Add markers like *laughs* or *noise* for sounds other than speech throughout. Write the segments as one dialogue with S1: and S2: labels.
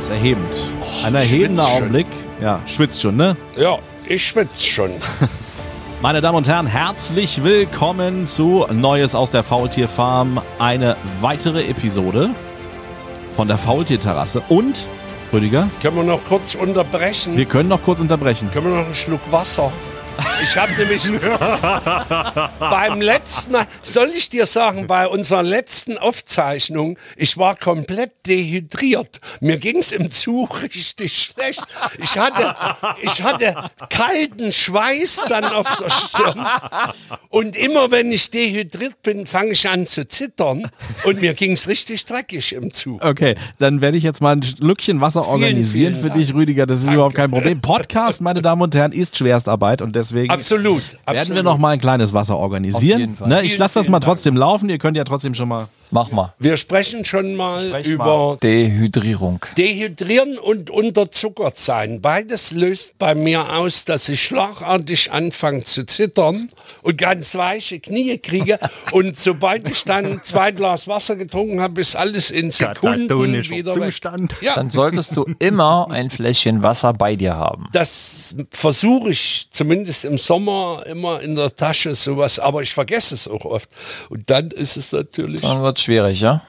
S1: Ist erhebend. Ein erhebender
S2: Oh, schwitzt schon.
S1: Augenblick. Ja, schwitzt schon, ne?
S2: Ja, ich schwitze schon.
S1: Meine Damen und Herren, herzlich willkommen zu Neues aus der Faultierfarm. Eine weitere Episode von der Faultierterrasse. Und, Rüdiger,
S2: Können wir noch kurz unterbrechen?
S1: wir können noch kurz unterbrechen.
S2: Können wir noch einen Schluck Wasser? Ich habe
S1: *laughs*
S2: nämlich beim letzten, soll ich dir sagen, bei unserer letzten Aufzeichnung, ich war komplett dehydriert. Mir ging's im Zug *laughs* richtig schlecht. Ich hatte, ich hatte kalten Schweiß dann auf der Stirn. Und immer wenn ich dehydriert bin, fange ich an zu zittern. Und mir ging's richtig dreckig im Zug.
S1: Okay, dann werde ich jetzt mal ein Schlückchen Wasser organisieren
S2: vielen
S1: für dich, Rüdiger. Das ist überhaupt kein Problem. Podcast, meine Damen und Herren, ist Schwerstarbeit und deswegen
S2: Absolut.
S1: werden
S2: absolut.
S1: wir noch mal ein kleines Wasser organisieren.
S3: Auf jeden Fall.
S1: Ne, ich lasse das
S2: Vielen,
S1: mal
S2: vielen
S1: trotzdem laufen. Ihr könnt ja trotzdem schon mal.
S3: Mach mal.
S2: Wir sprechen schon mal
S1: Sprechen
S2: über
S1: mal.
S3: Dehydrierung.
S2: Dehydrieren und unterzuckert sein. Beides löst bei mir aus, dass ich schlagartig anfange zu zittern und ganz weiche Knie kriege. und sobald ich dann zwei Glas Wasser getrunken habe, ist alles in Sekunden
S4: Katatonischer
S2: wieder weg.
S4: Zustand.
S2: Ja,
S3: Dann solltest du immer ein Fläschchen Wasser bei dir haben.
S2: das versuche ich zumindest im Sommer immer in der Tasche sowas, aber ich vergesse es auch oft. Und dann ist es natürlich
S3: Dann wird schwierig, ja?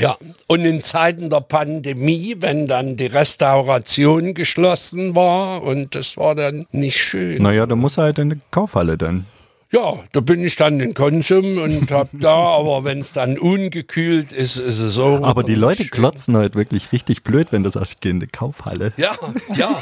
S2: Ja, und in Zeiten der Pandemie, wenn dann die Restauration geschlossen war und das war dann nicht schön.
S4: Naja, da muss er halt in die Kaufhalle dann.
S2: Ja, da bin ich dann in Konsum und
S4: *laughs*
S2: hab da, aber wenn es dann ungekühlt ist, ist es so.
S4: Aber die Leute klotzen halt wirklich richtig blöd, wenn du sagst, ich geh in die Kaufhalle.
S2: Ja, ja.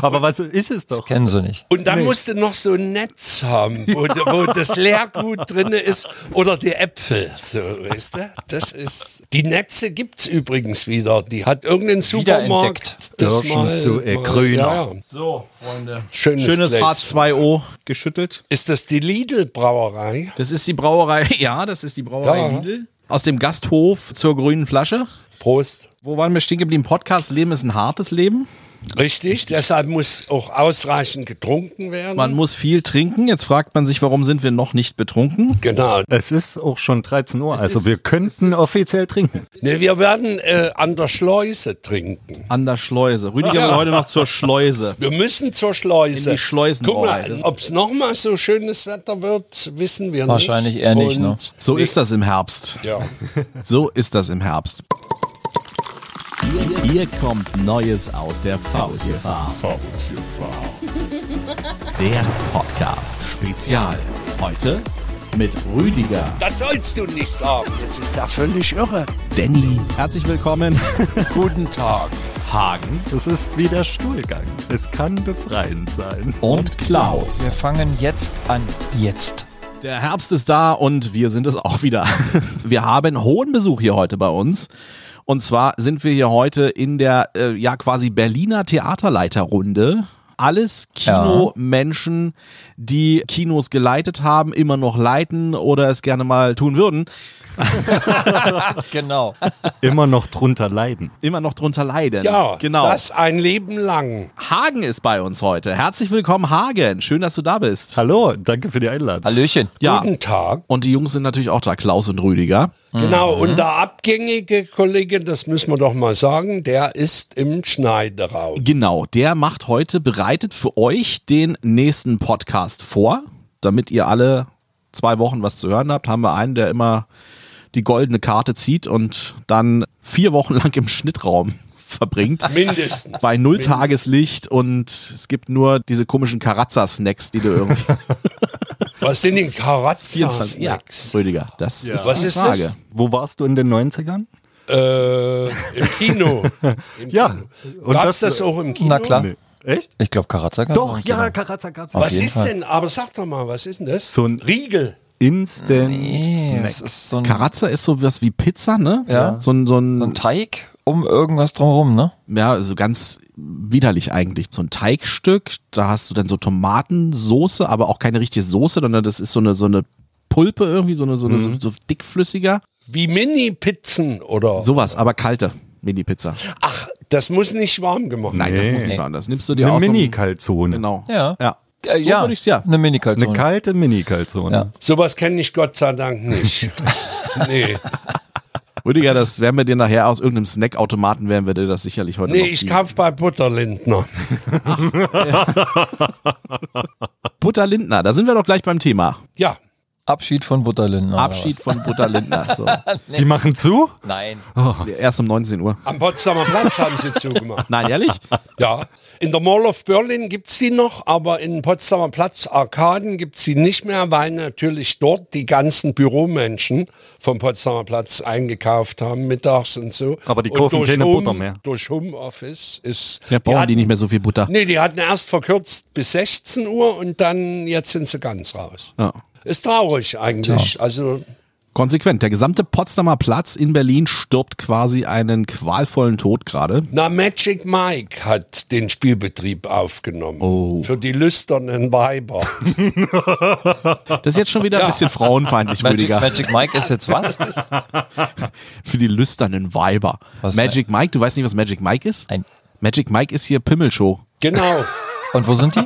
S4: Aber was ist es doch?
S3: Kennen sie nicht.
S2: Und dann musst du noch so ein Netz haben, wo, du- wo das Leergut drin ist oder die Äpfel. So, weißt du? Das ist. Die Netze gibt's übrigens wieder. Die hat irgendein Supermarkt.
S3: Wiederentdeckt.
S2: Das
S4: Irgend so, äh, Grüner.
S2: Ja, ja.
S1: So, Freunde.
S2: Schönes,
S1: Schönes
S2: Plätzchen.
S1: H2O geschüttelt.
S2: Ist das die Lidl-Brauerei?
S1: Das ist die Brauerei. *laughs* Ja, das ist die Brauerei
S2: Ja.
S1: Lidl. Aus dem Gasthof zur grünen Flasche.
S2: Prost.
S1: Wo waren wir stehen geblieben? Podcast Leben ist ein hartes Leben.
S2: Richtig, deshalb muss auch ausreichend getrunken werden.
S1: Man muss viel trinken. Jetzt fragt man sich, warum sind wir noch nicht betrunken?
S2: genau.
S4: Es ist auch schon 13 Uhr, also wir könnten offiziell trinken.
S2: Ne, wir werden äh, an der Schleuse trinken.
S1: An der Schleuse. Rüdiger
S2: *laughs*
S1: will heute noch zur Schleuse.
S2: Wir müssen zur Schleuse.
S1: In die Schleusen-
S2: Guck
S1: Brauerei.
S2: mal, ob es nochmal so schönes Wetter wird, wissen wir
S3: Wahrscheinlich
S2: nicht.
S3: eher nicht,
S2: Und-
S3: ne?
S1: So ist das im Herbst.
S2: Ja.
S1: So ist das im Herbst. Hier kommt Neues aus der Faultierfarm. *laughs* Der Podcast Spezial. Heute mit Rüdiger,
S2: Das sollst du nicht sagen. Jetzt ist er völlig irre.
S1: Danny. Herzlich willkommen.
S2: Guten Tag.
S1: *laughs* Hagen
S4: Das ist wie der Stuhlgang. Es kann befreiend sein.
S1: und
S3: Wir
S1: Klaus.
S3: fangen jetzt an. Jetzt.
S1: Der Herbst ist da und wir sind es auch wieder. *laughs* Wir haben hohen Besuch hier heute bei uns. Und zwar sind wir hier heute in der äh, ja quasi Berliner Theaterleiterrunde. Alles Kinomenschen, die Kinos geleitet haben, immer noch leiten oder es gerne mal tun würden,
S3: Genau.
S4: *laughs* Immer noch drunter leiden.
S1: immer noch drunter leiden.
S2: Ja,
S1: genau.
S2: das ein Leben lang.
S1: Hagen ist bei uns heute. Herzlich willkommen, Hagen. Schön, dass du da bist.
S4: Hallo, danke für die Einladung.
S3: Hallöchen.
S1: Ja.
S2: Guten Tag.
S1: Und die Jungs sind natürlich auch da, Klaus und Rüdiger.
S2: Genau, und der abgängige Kollege, das müssen wir doch mal sagen, der ist im Schneideraum.
S1: Genau, der macht heute, bereitet für euch den nächsten Podcast vor, damit ihr alle zwei Wochen was zu hören habt. Haben wir einen, der immer die goldene Karte zieht und dann vier Wochen *laughs* lang im Schnittraum verbringt. *laughs*
S2: Mindestens.
S1: Bei null Tageslicht und es gibt nur diese komischen Karazza-Snacks, die du irgendwie.
S2: Was sind denn Karazza-Snacks?
S1: Rüdiger, das ist
S2: Was
S1: die
S2: ist
S1: Frage.
S2: das?
S4: Wo warst du in den 90ern?
S2: Äh, Im Kino. Im
S4: Ja.
S2: Kino.
S4: Und
S2: Gab's
S4: das-
S2: das auch im Kino?
S3: Na klar.
S4: Nee. Echt?
S3: Ich glaube, Karatza kann
S4: Doch,
S3: man-
S4: ja, Karatza gab's.
S3: Oh, Auf
S2: Was
S3: jeden
S2: ist
S3: Fall.
S2: denn, aber sag doch mal, was ist denn das?
S4: So ein-
S2: Riegel.
S4: Instant
S3: Nee,
S4: Snack.
S3: es ist so ein,
S1: Karazza ist sowas wie Pizza, ne?
S3: Ja.
S1: So ein, so ein,
S3: so ein Teig um irgendwas drumherum, ne?
S1: ja, so ganz widerlich eigentlich. So ein Teigstück, da hast du dann so Tomatensoße, aber auch keine richtige Soße, sondern das ist so eine, so eine Pulpe irgendwie, so eine, so eine so, so dickflüssiger.
S2: Wie Mini-Pizzen oder?
S1: Sowas, aber kalte Mini-Pizza.
S2: Ach, das muss nicht warm gemacht
S1: Nein, das
S4: Nee.
S1: muss nicht anders. Nimmst du dir
S4: Eine
S1: aus.
S4: Mini-Kalzone.
S1: Genau.
S3: Ja.
S1: ja.
S3: Äh, ja.
S1: würde ich's ja.
S3: Eine
S4: Eine
S3: Mini-Kalzone.
S4: kalte Mini-Kalzone.
S3: Ja.
S2: werden. Sowas kenne ich Gott sei Dank nicht. nee.
S1: Rüdiger, das werden wir dir nachher aus irgendeinem Snackautomaten werden wir dir das sicherlich heute
S2: Nee,
S1: noch
S2: ich
S1: bieten.
S2: kauf bei Butterlindner.
S1: Butter Lindner, da sind wir doch gleich beim Thema.
S2: Ja,
S3: Abschied von Butterlindner.
S1: Abschied von Butter Lindner. So.
S5: Die machen zu?
S3: Oder was? Nein.
S1: Erst um 19 Uhr.
S2: am Potsdamer Platz haben sie zugemacht.
S1: Nein, ehrlich?
S2: Ja, in der Mall of Berlin gibt es die noch, aber in Potsdamer Platz Arkaden gibt es die nicht mehr, weil natürlich dort die ganzen Büromenschen vom Potsdamer Platz eingekauft haben, mittags und so.
S4: Aber die
S2: Und
S4: kaufen
S2: durch
S4: keine
S2: Home-
S4: Butter mehr.
S2: Durch Homeoffice ist...
S1: Ja, brauchen die
S2: hatten-
S1: nicht mehr so viel Butter.
S2: Nee, die hatten erst verkürzt bis 16 Uhr und dann, jetzt sind sie ganz raus.
S1: Ja.
S2: Ist traurig eigentlich. Also
S1: Konsequent. Der gesamte Potsdamer Platz in Berlin stirbt quasi einen qualvollen Tod gerade.
S2: Na, Magic Mike hat den Spielbetrieb aufgenommen. Für die lüsternen Weiber.
S1: Das ist jetzt schon wieder ein bisschen frauenfeindlich,
S3: Magic,
S1: Rüdiger.
S3: Magic Mike ist jetzt was?
S1: Für die lüsternen Weiber.
S3: Was-
S1: Magic Mike, du weißt nicht, was Magic Mike ist?
S3: Nein.
S1: Magic Mike ist hier Pimmelshow
S2: Genau.
S3: Und wo sind die?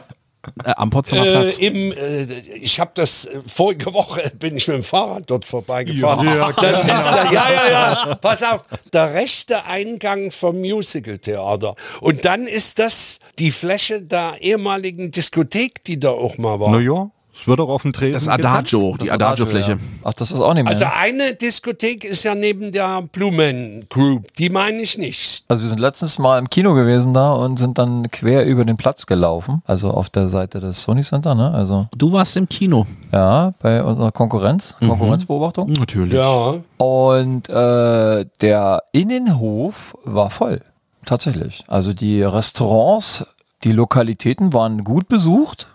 S1: äh, am Potsdamer
S2: äh,
S1: Platz.
S2: im, äh, ich habe das äh, vorige Woche bin ich mit dem Fahrrad dort vorbeigefahren. das ist der, ja, ja, ja. Pass auf, der rechte Eingang vom Musical-Theater. Und dann ist das die Fläche der ehemaligen Diskothek, die da auch mal war.
S4: Naja, es wird auch auf dem Tresen.
S1: Das Adagio, die Adagio-Fläche.
S3: Ja. Ach, das ist auch nicht mehr.
S2: Also
S3: Also,
S2: eine Diskothek ist ja neben der Blumen Group. Die meine ich nicht.
S3: also wir sind letztens mal im Kino gewesen da und sind dann quer über den Platz gelaufen. Also auf der Seite des Sony Center, ne? Also
S1: Du warst im Kino.
S3: ja, bei unserer Konkurrenz,
S2: Mhm.
S3: Konkurrenzbeobachtung.
S1: Natürlich.
S2: Ja.
S3: Und äh, der Innenhof war voll, tatsächlich. Also die Restaurants, die Lokalitäten waren gut besucht.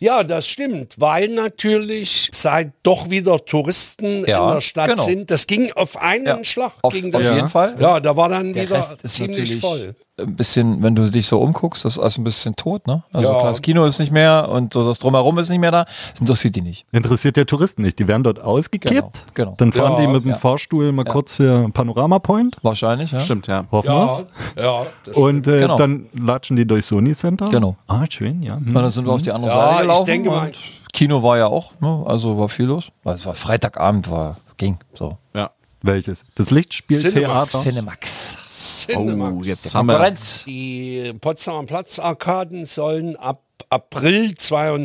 S2: Ja, das stimmt, weil natürlich seit doch wieder Touristen
S3: Ja,
S2: in der Stadt
S3: genau.
S2: sind. Das ging auf einen
S3: Ja,
S2: Schlag.
S3: auf-
S2: ging
S3: auf
S2: das.
S3: jeden Fall.
S2: Ja, da war dann
S3: Der
S2: wieder
S3: Rest ist
S2: ziemlich
S3: natürlich
S2: voll.
S3: ein bisschen, wenn du dich so umguckst, das ist alles ein bisschen tot, ne? Also
S2: Ja.
S3: klar, das Kino ist nicht mehr und so das Drumherum ist nicht mehr da. Das interessiert die nicht.
S4: Interessiert der Touristen nicht. Die werden dort ausgekippt.
S3: Genau, genau.
S4: Dann fahren
S2: Ja,
S4: die mit dem
S3: ja.
S4: Fahrstuhl mal kurz hier Panorama Point.
S3: Wahrscheinlich, ja?
S1: Stimmt, ja.
S4: Hoffen wir's.
S2: Ja, ja, das
S4: Und äh,
S3: Genau.
S4: dann latschen die durch Sony Center.
S3: Genau.
S4: Ah, schön, ja. Hm.
S3: Und dann sind wir auf die andere
S2: Mhm. Ja,
S3: Seite
S2: ich
S3: gelaufen.
S2: denke mal-
S3: und Kino war ja auch, ne? Also war viel los. Also es war Freitagabend, war, ging so.
S1: ja.
S4: Welches? Das Lichtspieltheater.
S2: Cinemax.
S3: Cinemax.
S2: Cinemax.
S1: Oh, jetzt haben wir.
S3: Konkurrenz.
S2: Die Potsdamer Platz-Arkaden sollen ab April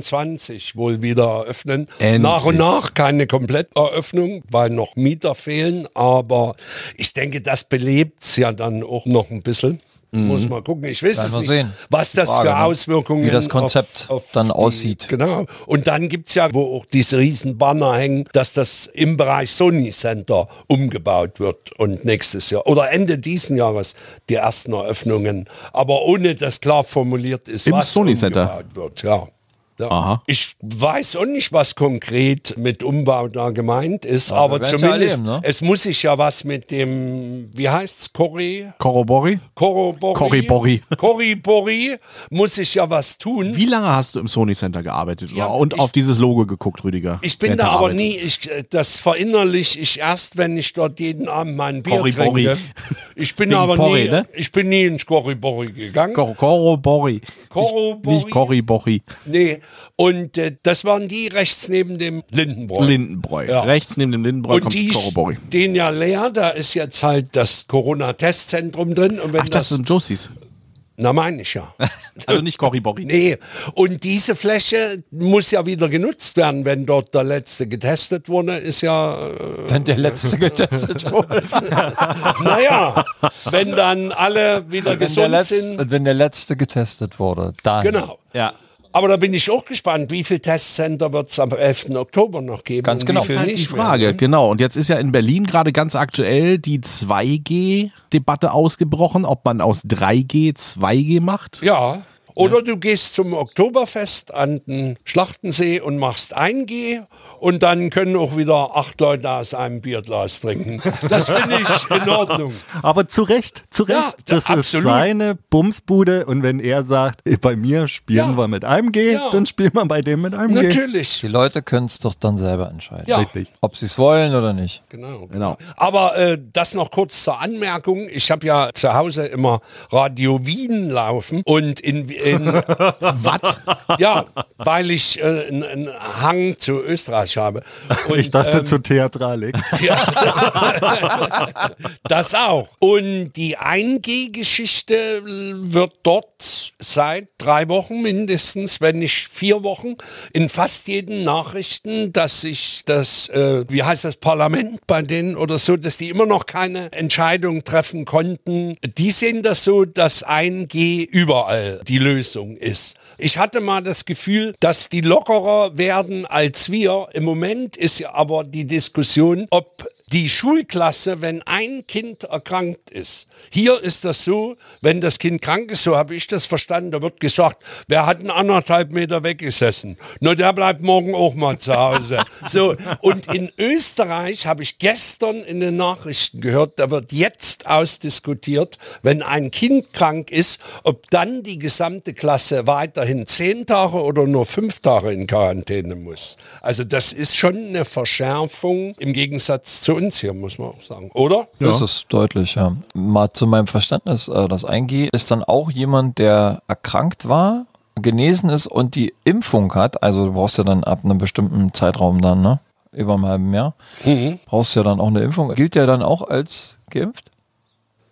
S2: 22 wohl wieder eröffnen.
S1: Endlich.
S2: Nach und nach keine Kompletteröffnung, weil noch Mieter fehlen. Aber ich denke, das belebt es ja dann auch noch ein bisschen. Muss mal gucken. Ich weiß
S3: Mhm. Werden
S2: es
S3: wir
S2: nicht,
S3: sehen.
S2: was das
S3: Frage,
S2: für
S3: ne?
S2: Auswirkungen
S3: Wie das Konzept dann aussieht.
S2: Genau. Und dann gibt es ja, wo auch diese riesen Banner hängen, dass das im Bereich Sony Center umgebaut wird und nächstes Jahr oder Ende diesen Jahres die ersten Eröffnungen, aber ohne dass klar formuliert ist,
S1: Im
S2: was
S1: Sony Center.
S2: umgebaut wird. Ja. Ja.
S1: Aha.
S2: Ich weiß auch nicht, was konkret mit Umbau da gemeint ist,
S3: wir
S2: aber
S3: werden's ja
S2: zumindest
S3: erleben, ne?
S2: es muss sich ja was mit dem, wie heißt's, Cory?
S1: Korobori?
S2: Corobori?
S1: Corribori.
S2: Corribori muss sich ja was tun.
S1: Wie lange hast du im Sony Center gearbeitet
S2: Ja,
S1: und
S2: ich-
S1: auf dieses Logo geguckt, Rüdiger?
S2: Ich bin
S1: während
S2: da
S1: der
S2: aber
S1: Arbeit?
S2: nie, ich, äh, das verinnerlich ich erst, wenn ich dort jeden Abend mein Bier
S1: Porri, Porri.
S2: trinke. Ich bin
S1: Wegen
S2: aber
S1: Porri,
S2: nie,
S1: ne?
S2: ich bin nie ins Koribori gegangen.
S1: Kor Korobori.
S2: Korobori.
S1: Nicht, nicht Koribori.
S2: nee. Und äh, das waren die rechts neben dem Lindenbräu.
S1: Lindenbräu.
S2: Ja.
S1: Rechts neben dem Lindenbräu
S2: und
S1: kommt
S2: die
S1: Korobori.
S2: stehen ja leer, da ist jetzt halt das Corona-Testzentrum drin. Und wenn
S1: Ach, das
S2: das,
S1: sind Josies.
S2: na meine
S1: *laughs*
S2: ich ja.
S1: Also nicht Koribori.
S2: Nee, und diese Fläche muss ja wieder genutzt werden, wenn dort der letzte getestet wurde, ist ja äh,
S3: Wenn der
S2: *laughs*
S3: letzte getestet wurde.
S2: Naja, wenn dann alle wieder
S3: wenn, der
S2: gesund
S3: letzte,
S2: sind.
S3: und wenn der letzte getestet wurde, dann.
S2: Genau.
S1: Ja.
S2: Aber da bin ich auch gespannt, wie viele Testcenter wird es am 11. Oktober noch geben?
S3: Ganz
S2: und
S3: genau.
S2: Wie
S1: Das
S2: viel
S1: ist halt
S2: nicht ne?
S1: die Frage, genau. Und jetzt ist ja in Berlin gerade ganz aktuell die 2G-Debatte ausgebrochen, ob man aus 3G 2G macht.
S2: Mehr. Ja. Oder du gehst zum Oktoberfest an den Schlachtensee und machst 1G und dann können auch wieder acht Leute aus einem Bierglas trinken. Das finde ich in Ordnung.
S4: Aber zu Recht, zu Recht.
S2: Ja,
S4: das
S2: absolut.
S4: ist seine Bumsbude. Und wenn er sagt, eh, bei mir spielen
S2: Ja.
S4: wir mit einem G,
S2: Ja.
S4: dann spielen wir bei dem mit einem G.
S2: Natürlich.
S3: Die Leute können es doch dann selber entscheiden.
S2: Ja.
S4: Richtig.
S3: Ob sie es wollen oder nicht.
S2: Genau.
S1: Genau.
S2: Aber äh, das noch kurz zur Anmerkung. Ich habe ja zu Hause immer Radio Wien laufen und in,
S4: *laughs*
S2: in,
S1: Was?
S2: ja, weil ich äh, einen- einen Hang zu Österreich habe. Und, ähm,
S4: ich dachte
S2: *laughs*
S4: zu Theatralik. *laughs*
S2: Ja. das auch. Und die 1G-Geschichte wird dort seit drei Wochen mindestens, wenn nicht vier Wochen, in fast jeden Nachrichten, dass sich das, äh, wie heißt das, Parlament bei denen oder so, dass die immer noch keine Entscheidung treffen konnten. Die sehen das so, dass 1G überall die Lösung ist. Ich hatte mal das Gefühl, dass die lockerer werden als wir. Im Moment ist ja aber die Diskussion, ob die Schulklasse, wenn ein Kind erkrankt ist. Hier ist das so, wenn das Kind krank ist, so habe ich das verstanden, da wird gesagt, wer hat einen anderthalb Meter weggesessen? Na, der bleibt morgen auch mal zu Hause. So, und in Österreich habe ich gestern in den Nachrichten gehört, da wird jetzt ausdiskutiert, wenn ein Kind krank ist, ob dann die gesamte Klasse weiterhin zehn Tage oder nur fünf Tage in Quarantäne muss. Also das ist schon eine Verschärfung im Gegensatz zu uns hier, muss man auch sagen, oder?
S3: Das ist deutlich, ja. Mal zu meinem Verständnis, äh, das Eingehe ist dann auch jemand, der erkrankt war, genesen ist und die Impfung hat. Also du brauchst ja dann ab einem bestimmten Zeitraum dann, ne? Über einem halben Jahr.
S4: Mhm.
S3: Brauchst ja dann auch eine Impfung. Gilt der dann auch als geimpft?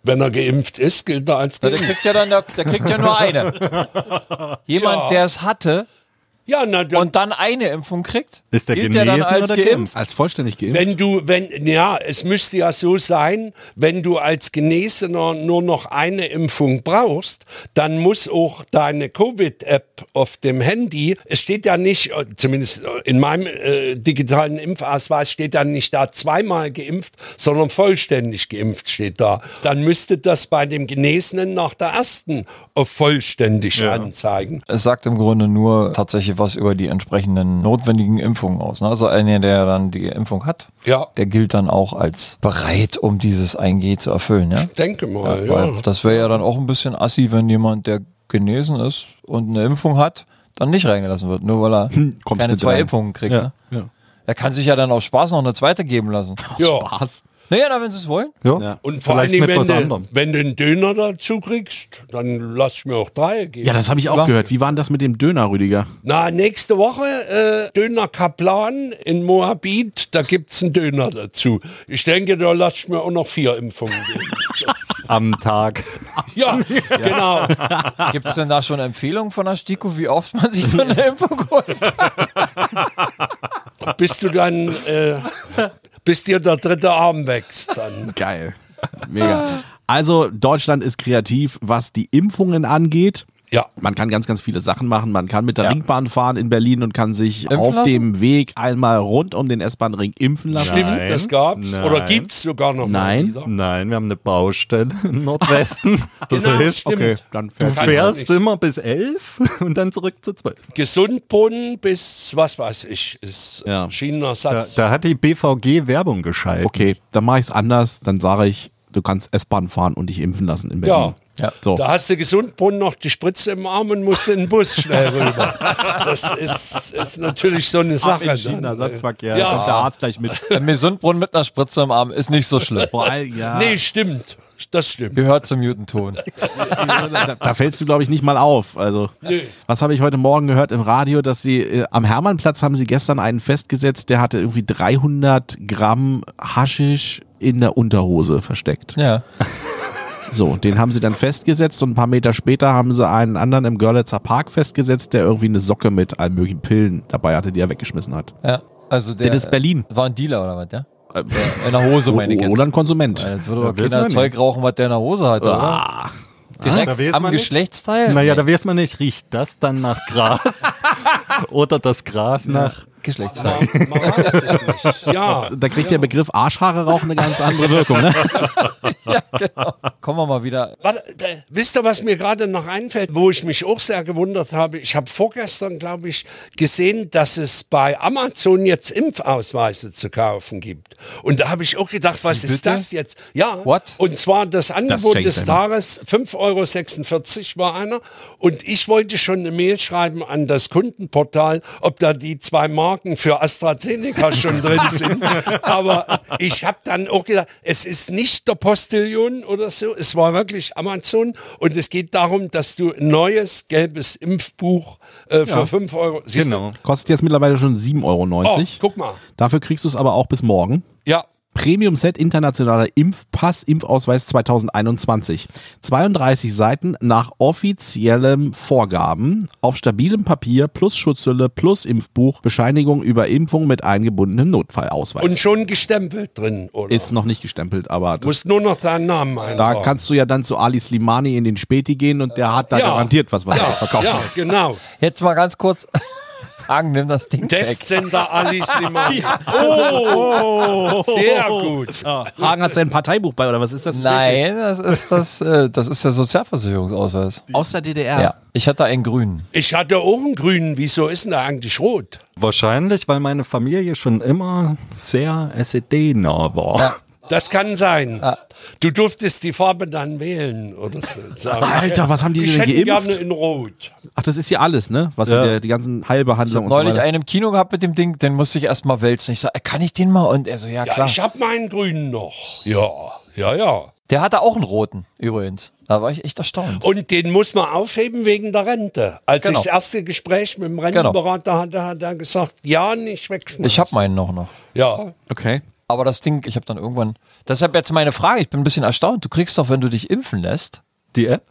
S2: Wenn er geimpft ist, gilt er als
S3: Der
S2: geimpft.
S3: kriegt ja dann, der, kriegt ja nur eine.
S4: *laughs*
S3: Jemand,
S2: Ja.
S3: der es hatte
S2: Ja, na, dann,
S3: und dann eine Impfung kriegt,
S4: Ist der
S3: gilt ja dann
S4: genesen
S3: als
S4: oder
S3: geimpft.
S4: geimpft?
S1: Als vollständig geimpft?
S2: wenn du, wenn, ja, es müsste ja so sein, wenn du als Genesener nur noch eine Impfung brauchst, dann muss auch deine Covid-App auf dem Handy, es steht ja nicht, äh, zumindest äh, in meinem äh, digitalen Impfausweis steht ja nicht da zweimal geimpft, sondern vollständig geimpft steht da. Dann müsste das bei dem Genesenen nach der ersten auf vollständig anzeigen.
S3: Es sagt im Grunde nur tatsächlich was über die entsprechenden notwendigen Impfungen aus. Ne? Also einer, der dann die Impfung hat,
S2: Ja.
S3: der gilt dann auch als bereit, um dieses 1G zu erfüllen. Ja?
S2: Denke mal, ja.
S3: Weil das wäre ja dann auch ein bisschen assi, wenn jemand, der genesen ist und eine Impfung hat, dann nicht reingelassen wird, nur weil er
S2: Hm,
S1: kommst
S3: keine
S1: mit
S3: zwei
S1: rein.
S3: Impfungen kriegt.
S1: Ja,
S3: Ne?
S1: ja.
S3: Er kann sich ja dann aus Spaß noch eine zweite geben lassen.
S2: Ja.
S1: Spaß.
S3: Naja, na, wenn sie es wollen.
S4: Ja.
S2: Und vor allen
S4: Vielleicht
S2: Dingen,
S4: mit
S2: wenn
S4: was
S2: du,
S4: anderem.
S2: wenn du einen Döner dazu kriegst, dann lass ich mir auch drei geben.
S1: Ja, das habe ich auch gehört. Wie war denn das mit dem Döner, Rüdiger?
S2: Na, nächste Woche äh, Döner Kaplan in Moabit, da gibt's einen Döner dazu. Ich denke, da lass ich mir auch noch vier Impfungen
S4: *laughs*
S2: geben.
S4: Am Tag.
S2: ja, genau.
S3: *laughs* Gibt es denn da schon Empfehlungen von der STIKO, wie oft man sich
S2: *laughs*
S3: so eine Impfung holt?
S2: Bis du dann, äh, bis dir der dritte Arm wächst dann.
S1: Geil.
S2: *laughs*
S1: Mega. Also, Deutschland ist kreativ, was die Impfungen angeht.
S2: Ja.
S1: Man kann ganz, ganz viele Sachen machen. Man kann mit der Ringbahn fahren in Berlin und kann sich
S3: Impfen
S1: auf
S3: lassen?
S1: dem Weg einmal rund um den S-Bahn-Ring impfen lassen.
S2: Stimmt, das gab's.
S4: nein.
S2: Oder gibt's sogar noch mal
S1: Nein.
S2: wieder.
S4: Nein, wir haben eine Baustelle im Nordwesten. Das
S2: *laughs* Genau,
S4: heißt,
S2: stimmt.
S1: Okay, dann
S4: du
S1: fährt
S2: Kannst
S4: fährst
S2: nicht.
S4: immer bis elf *laughs* und dann zurück zu zwölf.
S2: Gesundbrunnen bis, was weiß ich, ist
S1: Ja.
S4: Da,
S2: Schienenersatz.
S4: da hat die BVG Werbung geschaltet.
S1: Okay, dann mache ich es anders. Dann sage ich, du kannst S-Bahn fahren und dich impfen lassen in Berlin.
S2: Ja.
S3: Ja.
S1: So.
S2: Da hast du Gesundbrunnen noch die Spritze im Arm und musst in den Bus schnell rüber. Das ist, ist natürlich so eine Sache. ne?
S1: Ersatzverkehr.
S2: Ja.
S1: Kommt der Arzt gleich mit.
S3: Ein Gesundbrunnen mit einer Spritze im Arm ist nicht so schlimm.
S1: Vor allem, ja. *laughs*
S2: Nee, stimmt. Das stimmt.
S3: Gehört zum Jutenton.
S1: da, da fällst du, glaube ich, nicht mal auf. Also, was habe ich heute Morgen gehört im Radio, dass sie äh, am Hermannplatz haben sie gestern einen festgesetzt, der hatte irgendwie 300 Gramm Haschisch in der Unterhose versteckt.
S3: *laughs* Ja.
S1: So, den haben sie dann festgesetzt und ein paar Meter später haben sie einen anderen im Görlitzer Park festgesetzt, der irgendwie eine Socke mit allen möglichen Pillen dabei hatte, die er weggeschmissen hat.
S3: ja. Also der,
S1: Das ist Berlin. Äh,
S3: War ein Dealer oder was, ja? In der Hose, meine ich jetzt.
S1: Oder ein Konsument.
S3: Weil Das würde doch
S4: Ja, wissen
S3: keiner
S4: wir
S3: Zeug rauchen, was der in der Hose hat, oder?
S1: Ah.
S4: Da
S3: Direkt
S4: weiß
S3: am
S4: man nicht.
S3: Geschlechtsteil?
S4: Naja, da weiß man nicht, riecht das dann nach *laughs* Gras oder das Gras nach.
S3: Geschlechtsteil. *laughs*
S2: Man weiß es nicht. Ja,
S1: Da kriegt der Begriff Arschhaare rauchen eine ganz andere Wirkung, ne?
S3: Genau. Kommen wir mal wieder.
S2: Warte, äh, wisst ihr, was mir gerade noch einfällt, wo ich mich auch sehr gewundert habe? Ich habe vorgestern, glaube ich, gesehen, dass es bei Amazon jetzt Impfausweise zu kaufen gibt. Und da habe ich auch gedacht, was ist
S3: bitte?
S2: das jetzt? Ja,
S3: What?
S2: und zwar das Angebot
S1: checkt
S2: des
S1: einer.
S2: Tages, 5,46 Euro war einer. Und ich wollte schon eine Mail schreiben an das Kundenportal, ob da die zwei Marken für AstraZeneca
S1: *laughs*
S2: schon drin sind. Aber ich habe dann auch gedacht, es ist nicht der Postillon oder so, es war wirklich Amazon und es geht darum, dass du ein neues gelbes Impfbuch äh, für 5 Euro. Siehst du?
S4: Genau.
S1: Kostet jetzt mittlerweile schon 7,90
S2: Oh,
S1: Euro.
S2: guck mal.
S1: Dafür kriegst du es aber auch bis morgen.
S2: Ja,
S1: Premium Set Internationaler Impfpass Impfausweis 2021. 32 Seiten nach offiziellen Vorgaben auf stabilem Papier plus Schutzhülle plus Impfbuch Bescheinigung über Impfung mit eingebundenem Notfallausweis.
S2: und schon gestempelt drin, oder?
S1: ist noch nicht gestempelt, aber das,
S2: Musst nur noch deinen Namen eintragen.
S1: da kannst du ja dann zu Ali Slimani in den Späti gehen und der hat da
S2: Ja.
S1: garantiert was, was er verkauft.
S2: Ja, genau.
S3: Jetzt mal ganz kurz. *laughs* Hagen, nimm das Ding weg.
S2: Testcenter Ali Slimani. Oh, sehr gut.
S1: Hagen hat sein Parteibuch bei, oder was ist das?
S3: Nein, das ist, das, äh, das ist der Sozialversicherungsausweis.
S1: Aus der DDR.
S3: Ja, ich hatte einen grünen.
S2: Ich hatte auch einen grünen. Wieso ist denn der eigentlich rot?
S4: Wahrscheinlich, weil meine Familie schon immer sehr SED-nah war.
S2: Das kann sein.
S1: Ah.
S2: Du durftest die Farbe dann wählen oder so. Sagen.
S1: Alter, was haben die
S2: ich
S1: denn
S2: hätte
S1: geimpft?
S2: gerne in rot.
S1: Ach, das ist hier alles, ne? Was
S4: Ja.
S1: der, die ganzen Heilbehandlungen und so
S3: Neulich
S1: weiter.
S3: einen im Kino gehabt mit dem Ding, den musste ich erstmal wälzen. Ich sage, kann ich den mal? Und er so, ja
S2: Ja,
S3: klar.
S2: ich habe meinen grünen noch. Ja, ja, ja.
S3: der hatte auch einen roten, übrigens. Da war ich echt erstaunt.
S2: Und den muss man aufheben wegen der Rente. Als
S3: Genau.
S2: ich das erste Gespräch mit dem
S1: Genau.
S2: Rentenberater hatte, hat er gesagt, ja, nicht wegschmeißen.
S3: Ich habe meinen noch noch.
S2: Ja,
S1: Okay.
S3: Aber das Ding, ich habe dann irgendwann. Deshalb jetzt meine Frage, ich bin ein bisschen erstaunt. Du kriegst doch, wenn du dich impfen lässt,
S4: Die App?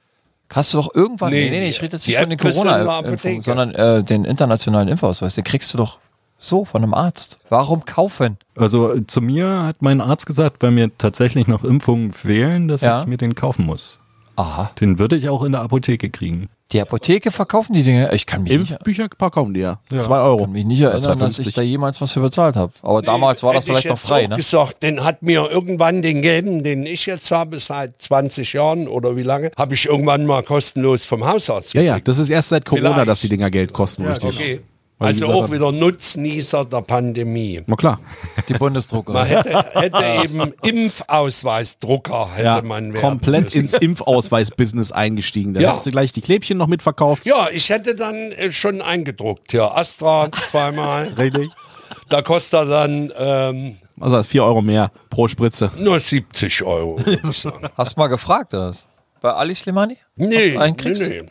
S3: hast du doch irgendwann.
S2: Nee,
S3: Nee, nee, nee ich rede jetzt
S2: die
S3: nicht von den
S2: App ist in der Apotheke.
S3: Corona-Impfungen, sondern äh, den internationalen Impfausweis. Den kriegst du doch so von einem Arzt. Warum kaufen?
S4: Also äh, zu mir hat mein Arzt gesagt, weil mir tatsächlich noch Impfungen fehlen, dass
S3: Ja.
S4: ich mir den kaufen muss.
S3: Aha.
S4: Den würde ich auch in der Apotheke kriegen.
S3: Die Apotheke verkaufen die Dinge. Ich kann mich nicht,
S1: Impfbücher verkaufen die ja. Zwei Euro.
S3: kann mich nicht erinnern, dass ich da jemals was für bezahlt habe. Aber damals war das
S2: Hätte ich
S3: vielleicht noch
S2: jetzt
S3: frei,
S2: auch *laughs*
S3: ne?
S2: gesagt, den hat mir irgendwann den gelben, den ich jetzt habe, seit 20 Jahren oder wie lange, habe ich irgendwann mal kostenlos vom Hausarzt
S1: Ja, ja, das ist erst seit Corona,
S2: Vielleicht.
S1: dass die Dinger Geld kosten, richtig.
S2: Okay.
S1: Weil sie
S2: Also
S1: gesagt
S2: auch
S1: haben-
S2: wieder Nutznießer der Pandemie.
S1: Na klar.
S3: Die
S2: Man
S3: Bundesdruckerei.
S2: hätte,
S1: *laughs*
S2: hätte eben Impfausweisdrucker hätte
S1: Ja,
S2: man werden
S1: komplett
S2: müssen.
S1: ins Impfausweis-Business eingestiegen. Da
S2: Ja.
S1: hast du gleich die Klebchen noch mitverkauft.
S2: Ja, ich hätte dann äh, schon eingedruckt. Ja, Astra
S1: *laughs*
S2: zweimal.
S4: Richtig.
S2: Da kostet er dann ähm,
S1: Also 4 Euro mehr pro Spritze.
S2: nur 70 Euro, würde ich sagen.
S3: Hast du mal gefragt, oder was? Bei Ali Slimani?
S2: Nee,
S3: Einen
S2: nee,
S3: kriegst du?
S2: nee.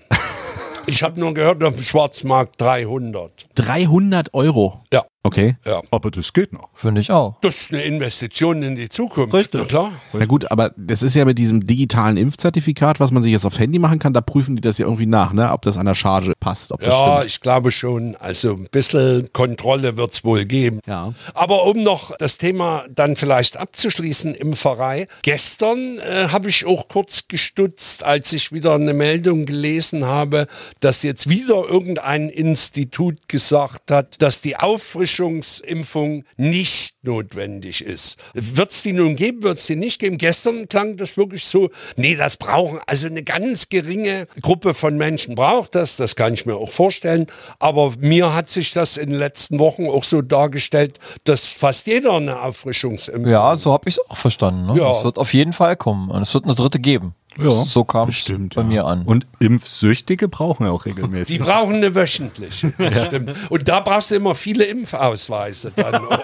S2: Ich habe nur gehört, auf dem Schwarzmarkt 300.
S1: 300 Euro.
S2: Ja.
S1: Okay.
S4: Aber das geht noch.
S3: Finde ich auch.
S2: Das ist eine Investition in die Zukunft.
S4: Richtig.
S2: na Klar.
S1: Na gut, aber das ist ja mit diesem digitalen Impfzertifikat, was man sich jetzt aufs Handy machen kann, da prüfen die das ja irgendwie nach, ne? ob das an der Charge passt, ob das
S2: Ja,
S1: stimmt.
S2: ich glaube schon. Also ein bisschen Kontrolle wird es wohl geben.
S1: Ja.
S2: Aber um noch das Thema dann vielleicht abzuschließen, Impferei. Gestern äh, habe ich auch kurz gestutzt, als ich wieder eine Meldung gelesen habe, dass jetzt wieder irgendein Institut gesagt hat, dass die Auffrischungsimpfung nicht notwendig ist. Wird es die nun geben, wird es die nicht geben? Gestern klang das wirklich so, nee, das brauchen, also eine ganz geringe Gruppe von Menschen braucht das, das kann ich mir auch vorstellen. Aber mir hat sich das in den letzten Wochen auch so dargestellt, dass fast jeder eine Auffrischungsimpfung
S3: Ja, so habe ich es auch verstanden. Ne?
S2: Ja.
S3: Es wird auf jeden Fall kommen. Und es wird eine dritte geben.
S4: Ja.
S3: So kam es
S1: Bestimmt,
S3: bei
S1: ja.
S3: mir an.
S4: Und Impfsüchtige brauchen ja auch
S2: Die
S4: regelmäßig.
S2: brauchen eine wöchentlich. Das stimmt. Und da brauchst du immer viele Impfausweise dann. auch.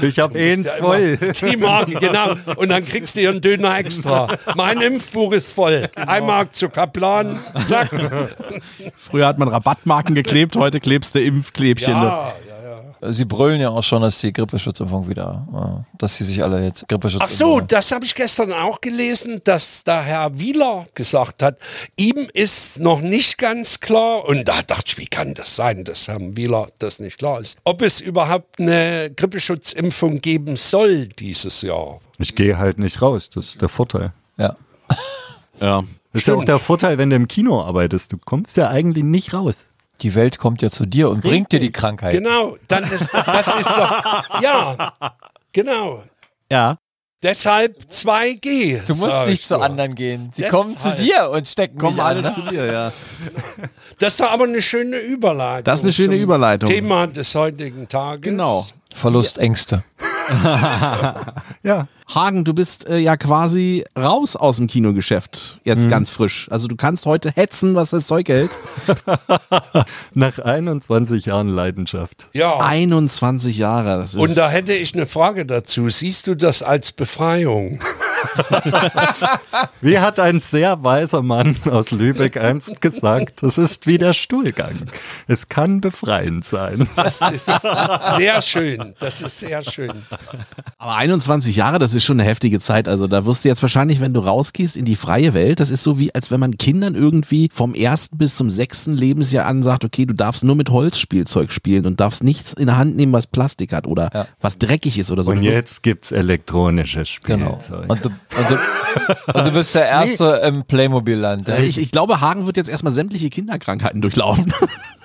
S4: ich habe
S2: Ist
S4: eins
S2: ja
S4: voll.
S2: immer- *laughs* Die machen, genau. Und dann kriegst du ihren Döner extra. Mein Impfbuch ist voll.
S4: Genau.
S2: Einmal zu Kaplan,
S4: *laughs*
S2: zack.
S1: Früher hat man Rabattmarken
S2: *laughs*
S1: geklebt, heute klebst du Impfklebchen. ne?
S2: Ja, ja.
S3: Sie brüllen ja auch schon, dass die Grippeschutzimpfung wieder, äh, dass sie sich alle jetzt Grippeschutz.
S2: Ach so,
S4: Genau.
S2: das habe ich gestern auch gelesen, dass da Herr Wieler gesagt hat, ihm ist noch nicht ganz klar, und da dachte ich, wie kann das sein, dass Herrn Wieler das nicht klar ist, ob es überhaupt eine Grippeschutzimpfung geben soll dieses Jahr.
S4: Ich gehe halt nicht raus, das ist der Vorteil.
S3: Ja.
S1: Ja.
S4: Das ist ja auch der Vorteil, wenn du im Kino arbeitest. Du kommst ja eigentlich nicht raus.
S3: Die Welt kommt ja zu dir und bringt dir die Krankheit.
S2: Genau, dann ist das ist doch, ja, genau.
S1: ja.
S2: Deshalb 2G.
S3: Du musst
S2: sag
S3: nicht
S2: ich halt.
S3: zu
S2: nur.
S3: anderen gehen. Sie
S2: Deshalb.
S3: kommen zu dir und stecken
S1: Kommen
S3: dich an.
S1: alle
S3: Ne?
S1: zu dir, ja.
S2: Das ist doch aber eine schöne Überleitung.
S1: Das ist eine schöne
S2: zum
S1: Überleitung.
S2: Thema des heutigen Tages.
S1: Genau.
S3: Verlustängste.
S4: Ja.
S1: Hagen, du bist äh, ja quasi raus aus dem Kinogeschäft, jetzt ganz frisch. Also du kannst heute hetzen, was das Zeug hält.
S4: Nach 21 Jahren Leidenschaft.
S2: Ja.
S1: 21 Jahre, das ist
S2: Oh. Und da hätte ich eine Frage dazu. Siehst du das als Befreiung?
S4: Wie hat ein sehr weiser Mann aus Lübeck einst gesagt, das ist wie der Stuhlgang. Es kann befreiend sein.
S2: Das ist sehr schön. Das ist sehr schön.
S1: aber 21 Jahre, das ist schon eine heftige Zeit. Also da wirst du jetzt wahrscheinlich, wenn du rausgehst in die freie Welt, das ist so wie, als wenn man Kindern irgendwie vom ersten bis zum sechsten Lebensjahr an sagt, okay, du darfst nur mit Holzspielzeug spielen und darfst nichts in der Hand nehmen, was Plastik hat oder was dreckig ist oder so.
S4: Und
S1: Du wirst-
S4: jetzt gibt's elektronisches
S3: Genau.
S4: Spielzeug.
S3: Und du,
S2: *laughs*
S3: und, du, und du bist der Erste im Playmobil-Land. Ja?
S1: Ich, ich glaube, Hagen wird jetzt erstmal sämtliche Kinderkrankheiten durchlaufen.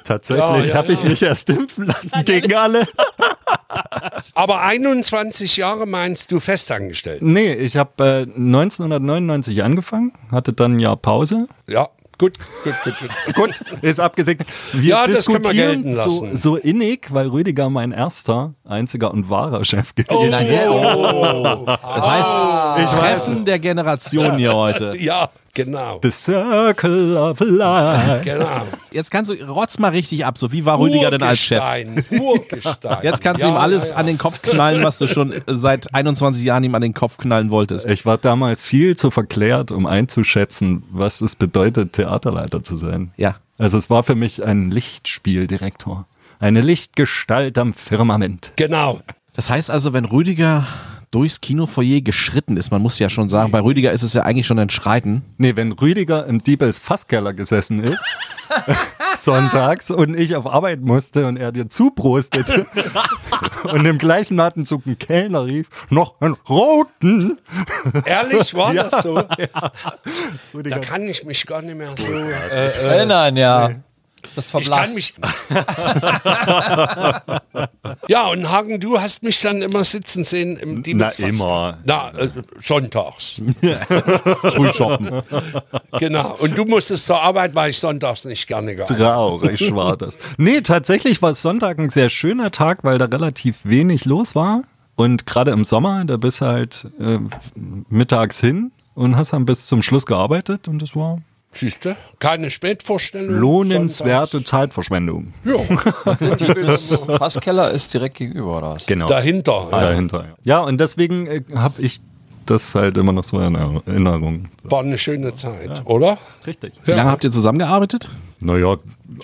S4: Tatsächlich
S2: Ja, ja,
S4: habe ich mich erst impfen lassen gegen alle.
S2: Aber 21 Jahre meinst du festangestellt?
S4: Nee, ich habe äh, 1999 angefangen, hatte dann ein Jahr Pause.
S2: Ja, gut, gut, gut. gut.
S4: Gut, ist abgesegnet. Wir
S2: Ja, das können wir
S4: diskutieren
S2: gelten
S4: so,
S2: lassen.
S4: so innig, weil Rüdiger mein erster, einziger und wahrer Chef
S2: Oh.
S4: gewesen ist.
S1: Das heißt,
S2: Ah.
S1: Treffen der Generation hier heute.
S2: Ja, genau.
S4: The Circle of Life.
S2: Genau.
S1: Jetzt kannst du Rotz mal richtig ab. So, wie war Rüdiger denn als Chef?
S2: Urgestein, Urgestein.
S1: Jetzt kannst
S2: Ja,
S1: du ihm alles
S2: ja, ja.
S1: an den Kopf knallen, was du schon äh, seit 21 Jahren ihm an den Kopf knallen wolltest.
S4: Ich war damals viel zu verklärt, um einzuschätzen, was es bedeutet, Theaterleiter zu sein.
S1: Ja.
S4: Also es war für mich ein Lichtspieldirektor. Eine Lichtgestalt am Firmament.
S2: Genau.
S1: Das heißt also, wenn Rüdiger durchs Kinofoyer geschritten ist, man muss ja schon sagen, bei Rüdiger ist es ja eigentlich schon ein Schreiten.
S4: Nee, wenn Rüdiger im Diebels Fasskeller gesessen ist, sonntags, und ich auf Arbeit musste und er dir zuprostete und im gleichen Atemzug ein Kellner rief, noch einen roten.
S2: Ehrlich war das so? Da kann ich mich gar nicht mehr so. Äh, äh,
S3: Erinnern, ja. Das
S2: ich kann
S3: verblasst.
S2: mich. ja, und Hagen, du hast mich dann immer sitzen sehen im Diebelsfass.
S4: immer.
S2: Na, äh,
S4: *laughs*
S2: sonntags.
S1: Frühschoppen.
S2: Genau. Und du musstest zur Arbeit, weil ich sonntags nicht gerne gearbeitet
S4: Traurig war das. Nee, tatsächlich war Sonntag ein sehr schöner Tag, weil da relativ wenig los war. Und gerade im Sommer, da bist du halt äh, mittags hin und hast dann bis zum Schluss gearbeitet und das war
S2: Siehste? Keine Spätvorstellung.
S4: lohnenswerte Zeitverschwendung.
S2: Sonntags. Ja,
S3: Fasskeller ist direkt gegenüber, oder was?
S4: Genau.
S2: dahinter.
S4: *laughs* Ja.
S2: Ja.
S4: dahinter. Ja, ja und deswegen äh, habe ich das halt immer noch so in Erinnerung.
S2: War eine schöne Zeit, oder?
S4: Richtig.
S1: Wie lange habt ihr zusammengearbeitet?
S4: Naja,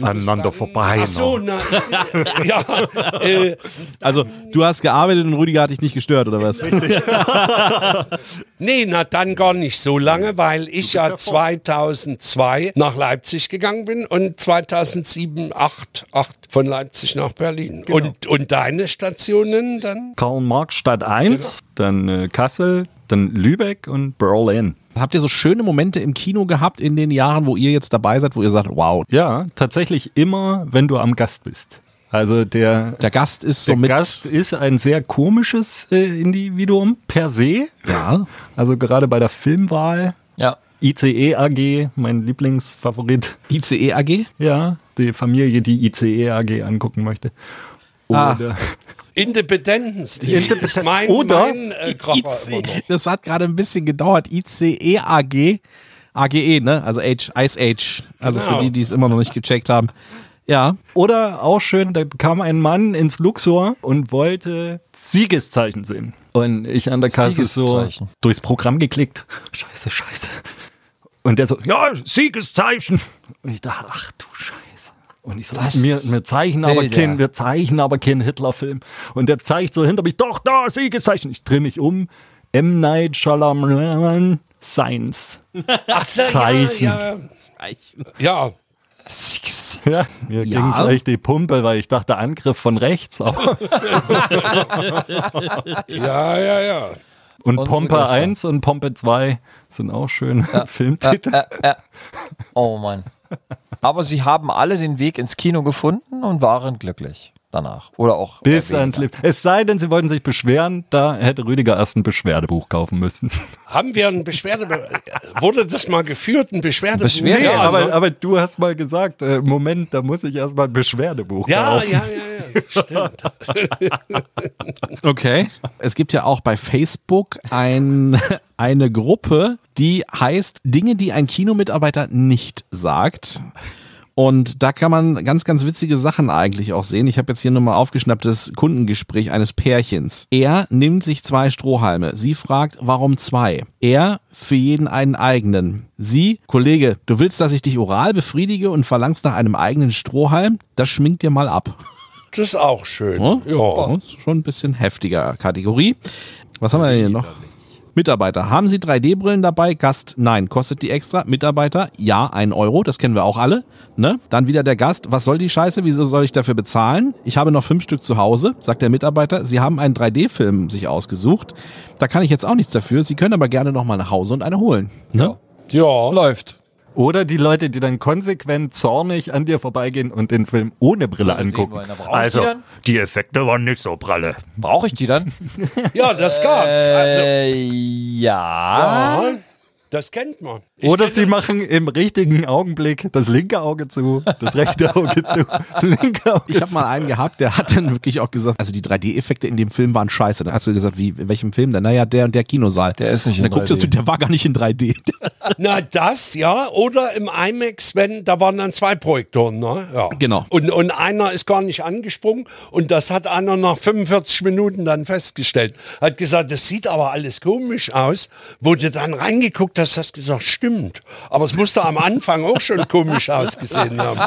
S4: aneinander vorbei.
S2: Ach so,
S4: ne?
S2: na, ich bin, ja, äh,
S1: Also, du hast gearbeitet und Rüdiger hat dich nicht gestört, oder was?
S2: nee, na dann gar nicht so lange, weil ich ja
S4: ja vor-
S2: 2002 nach Leipzig gegangen bin und 2007, 8, 8 von Leipzig nach Berlin. Und, und deine Stationen dann?
S4: Karl-Marx-Stadt 1, dann äh, Kassel, dann Lübeck und Berlin.
S1: Habt ihr so schöne Momente im Kino gehabt in den Jahren, wo ihr jetzt dabei seid, wo ihr sagt, wow,
S4: Ja, tatsächlich immer, wenn du am Gast bist. Also der,
S1: der Gast ist
S4: der
S1: so mit.
S4: Gast ist ein sehr komisches äh, Individuum per se.
S1: Ja.
S4: Also gerade bei der Filmwahl.
S3: Ja.
S4: ICE AG, mein Lieblingsfavorit.
S1: ICE AG?
S4: Ja, die Familie, die ICE AG angucken möchte. Oder,
S2: Independence.
S4: Independence-
S2: ist mein,
S4: oder
S2: mein äh, Kracher immer noch.
S1: Das hat gerade ein bisschen gedauert. E ICE AG. AGE, ne? Also H, Ice Age. Also
S2: Genau.
S1: für die, die es immer noch nicht gecheckt haben. Ja.
S4: oder auch schön, da kam ein Mann ins Luxor und wollte Siegeszeichen sehen. Und ich an der Kasse so
S3: Siegeszeichen.
S4: durchs Programm geklickt. Scheiße, scheiße. Und der so, ja, Siegeszeichen. Und ich dachte, ach du Scheiße. Und ich so,
S3: Was
S4: Wir, wir, zeichnen
S3: will
S4: aber
S3: der?
S4: kein, wir zeichnen aber keinen Hitlerfilm. Und der zeigt so hinter mich, doch, da, Siegeszeichen. Ich drehe mich um. M. Night Shyamalan Science.
S2: Ach, so,
S4: Zeichen.
S2: Ja, ja, ja.
S4: Ja, mir ging gleich die Pumpe, weil ich dachte, Angriff von rechts. Aber
S2: Ja, ja, ja.
S4: Und,
S3: Und
S4: Pompe
S3: Silvester.
S4: 1 und Pompe 2 sind auch schöne *laughs*
S3: Äh,
S4: Filmtitel.
S3: Oh Mann. Aber sie haben alle den Weg ins Kino gefunden und waren glücklich. danach. Oder auch.
S4: Bis
S3: eher
S4: ans
S3: weniger.
S4: Leben. Es sei denn, sie wollten sich beschweren, da hätte Rüdiger erst ein Beschwerdebuch kaufen müssen.
S2: Haben wir ein Beschwerde... Wurde das mal geführt, ein Beschwerdebuch?
S3: Beschwerde-
S2: ja, ne?
S3: Ja,
S2: aber...
S4: *laughs* aber, aber du hast mal gesagt, äh, Moment, da muss ich erst mal ein Beschwerdebuch
S2: Ja,
S4: kaufen.
S2: ja, ja, ja, stimmt.
S1: Okay. Es gibt ja auch bei Facebook ein, *laughs* eine Gruppe, die heißt Dinge, die ein Kinomitarbeiter nicht sagt. Und da kann man ganz, ganz witzige Sachen eigentlich auch sehen. Ich habe jetzt hier nochmal aufgeschnapptes Kundengespräch eines Pärchens. Er nimmt sich zwei Strohhalme. Sie fragt, warum zwei? Er für jeden einen eigenen. Sie, Kollege, du willst, dass ich dich oral befriedige und verlangst nach einem eigenen Strohhalm? Das schminkt dir mal ab.
S2: Das ist auch schön.
S4: Hm?
S1: Ne?
S4: Oh.
S2: Ja.
S1: Das ist schon ein bisschen heftiger Kategorie. Was haben wir denn hier noch? Mitarbeiter. Haben Sie 3D-Brillen dabei? Gast, nein. Kostet die extra? Mitarbeiter, ja, 1 Euro. Das kennen wir auch alle. Ne? Dann wieder der Gast. Was soll die Scheiße? Wieso soll ich dafür bezahlen? Ich habe noch fünf Stück zu Hause, sagt der Mitarbeiter. Sie haben einen 3D-Film sich ausgesucht. Da kann ich jetzt auch nichts dafür. Sie können aber gerne nochmal nach Hause und eine holen. Ne?
S2: Ja.
S3: Läuft.
S4: Oder die Leute, die dann konsequent zornig an dir vorbeigehen und den Film ohne Brille
S3: sehen
S4: angucken.
S3: wollen, aber auch die
S5: Also,
S3: dann?
S5: die Effekte waren nicht so pralle.
S3: Brauche ich
S2: *laughs*
S3: die dann?
S2: ja, das gab's. Also,
S3: Äh, ja.
S2: ja, das kennt man. Ich
S4: Oder
S2: kenn-
S4: sie machen im richtigen Augenblick das linke Auge zu, das rechte Auge zu, das linke Auge
S1: Ich habe
S4: zu.
S1: mal einen gehabt, der hat dann wirklich auch gesagt, also die 3D-Effekte in dem Film waren scheiße. Dann hast du gesagt, wie, in welchem Film denn? Naja, der und der Kinosaal.
S3: Der ist nicht
S1: Und
S3: in
S1: dann gucktest du,
S3: 3D.
S1: der war gar nicht in 3D.
S2: Na, das, ja. Oder im IMAX, wenn, da waren dann zwei Projektoren, ne? Ja.
S1: Genau.
S2: Und, und einer ist gar nicht angesprungen und das hat einer nach 45 Minuten dann festgestellt. Hat gesagt, das sieht aber alles komisch aus. Wurde dann reingeguckt, hast, hast gesagt, stimmt. Aber es musste am Anfang auch schon komisch
S4: *laughs*
S2: ausgesehen haben.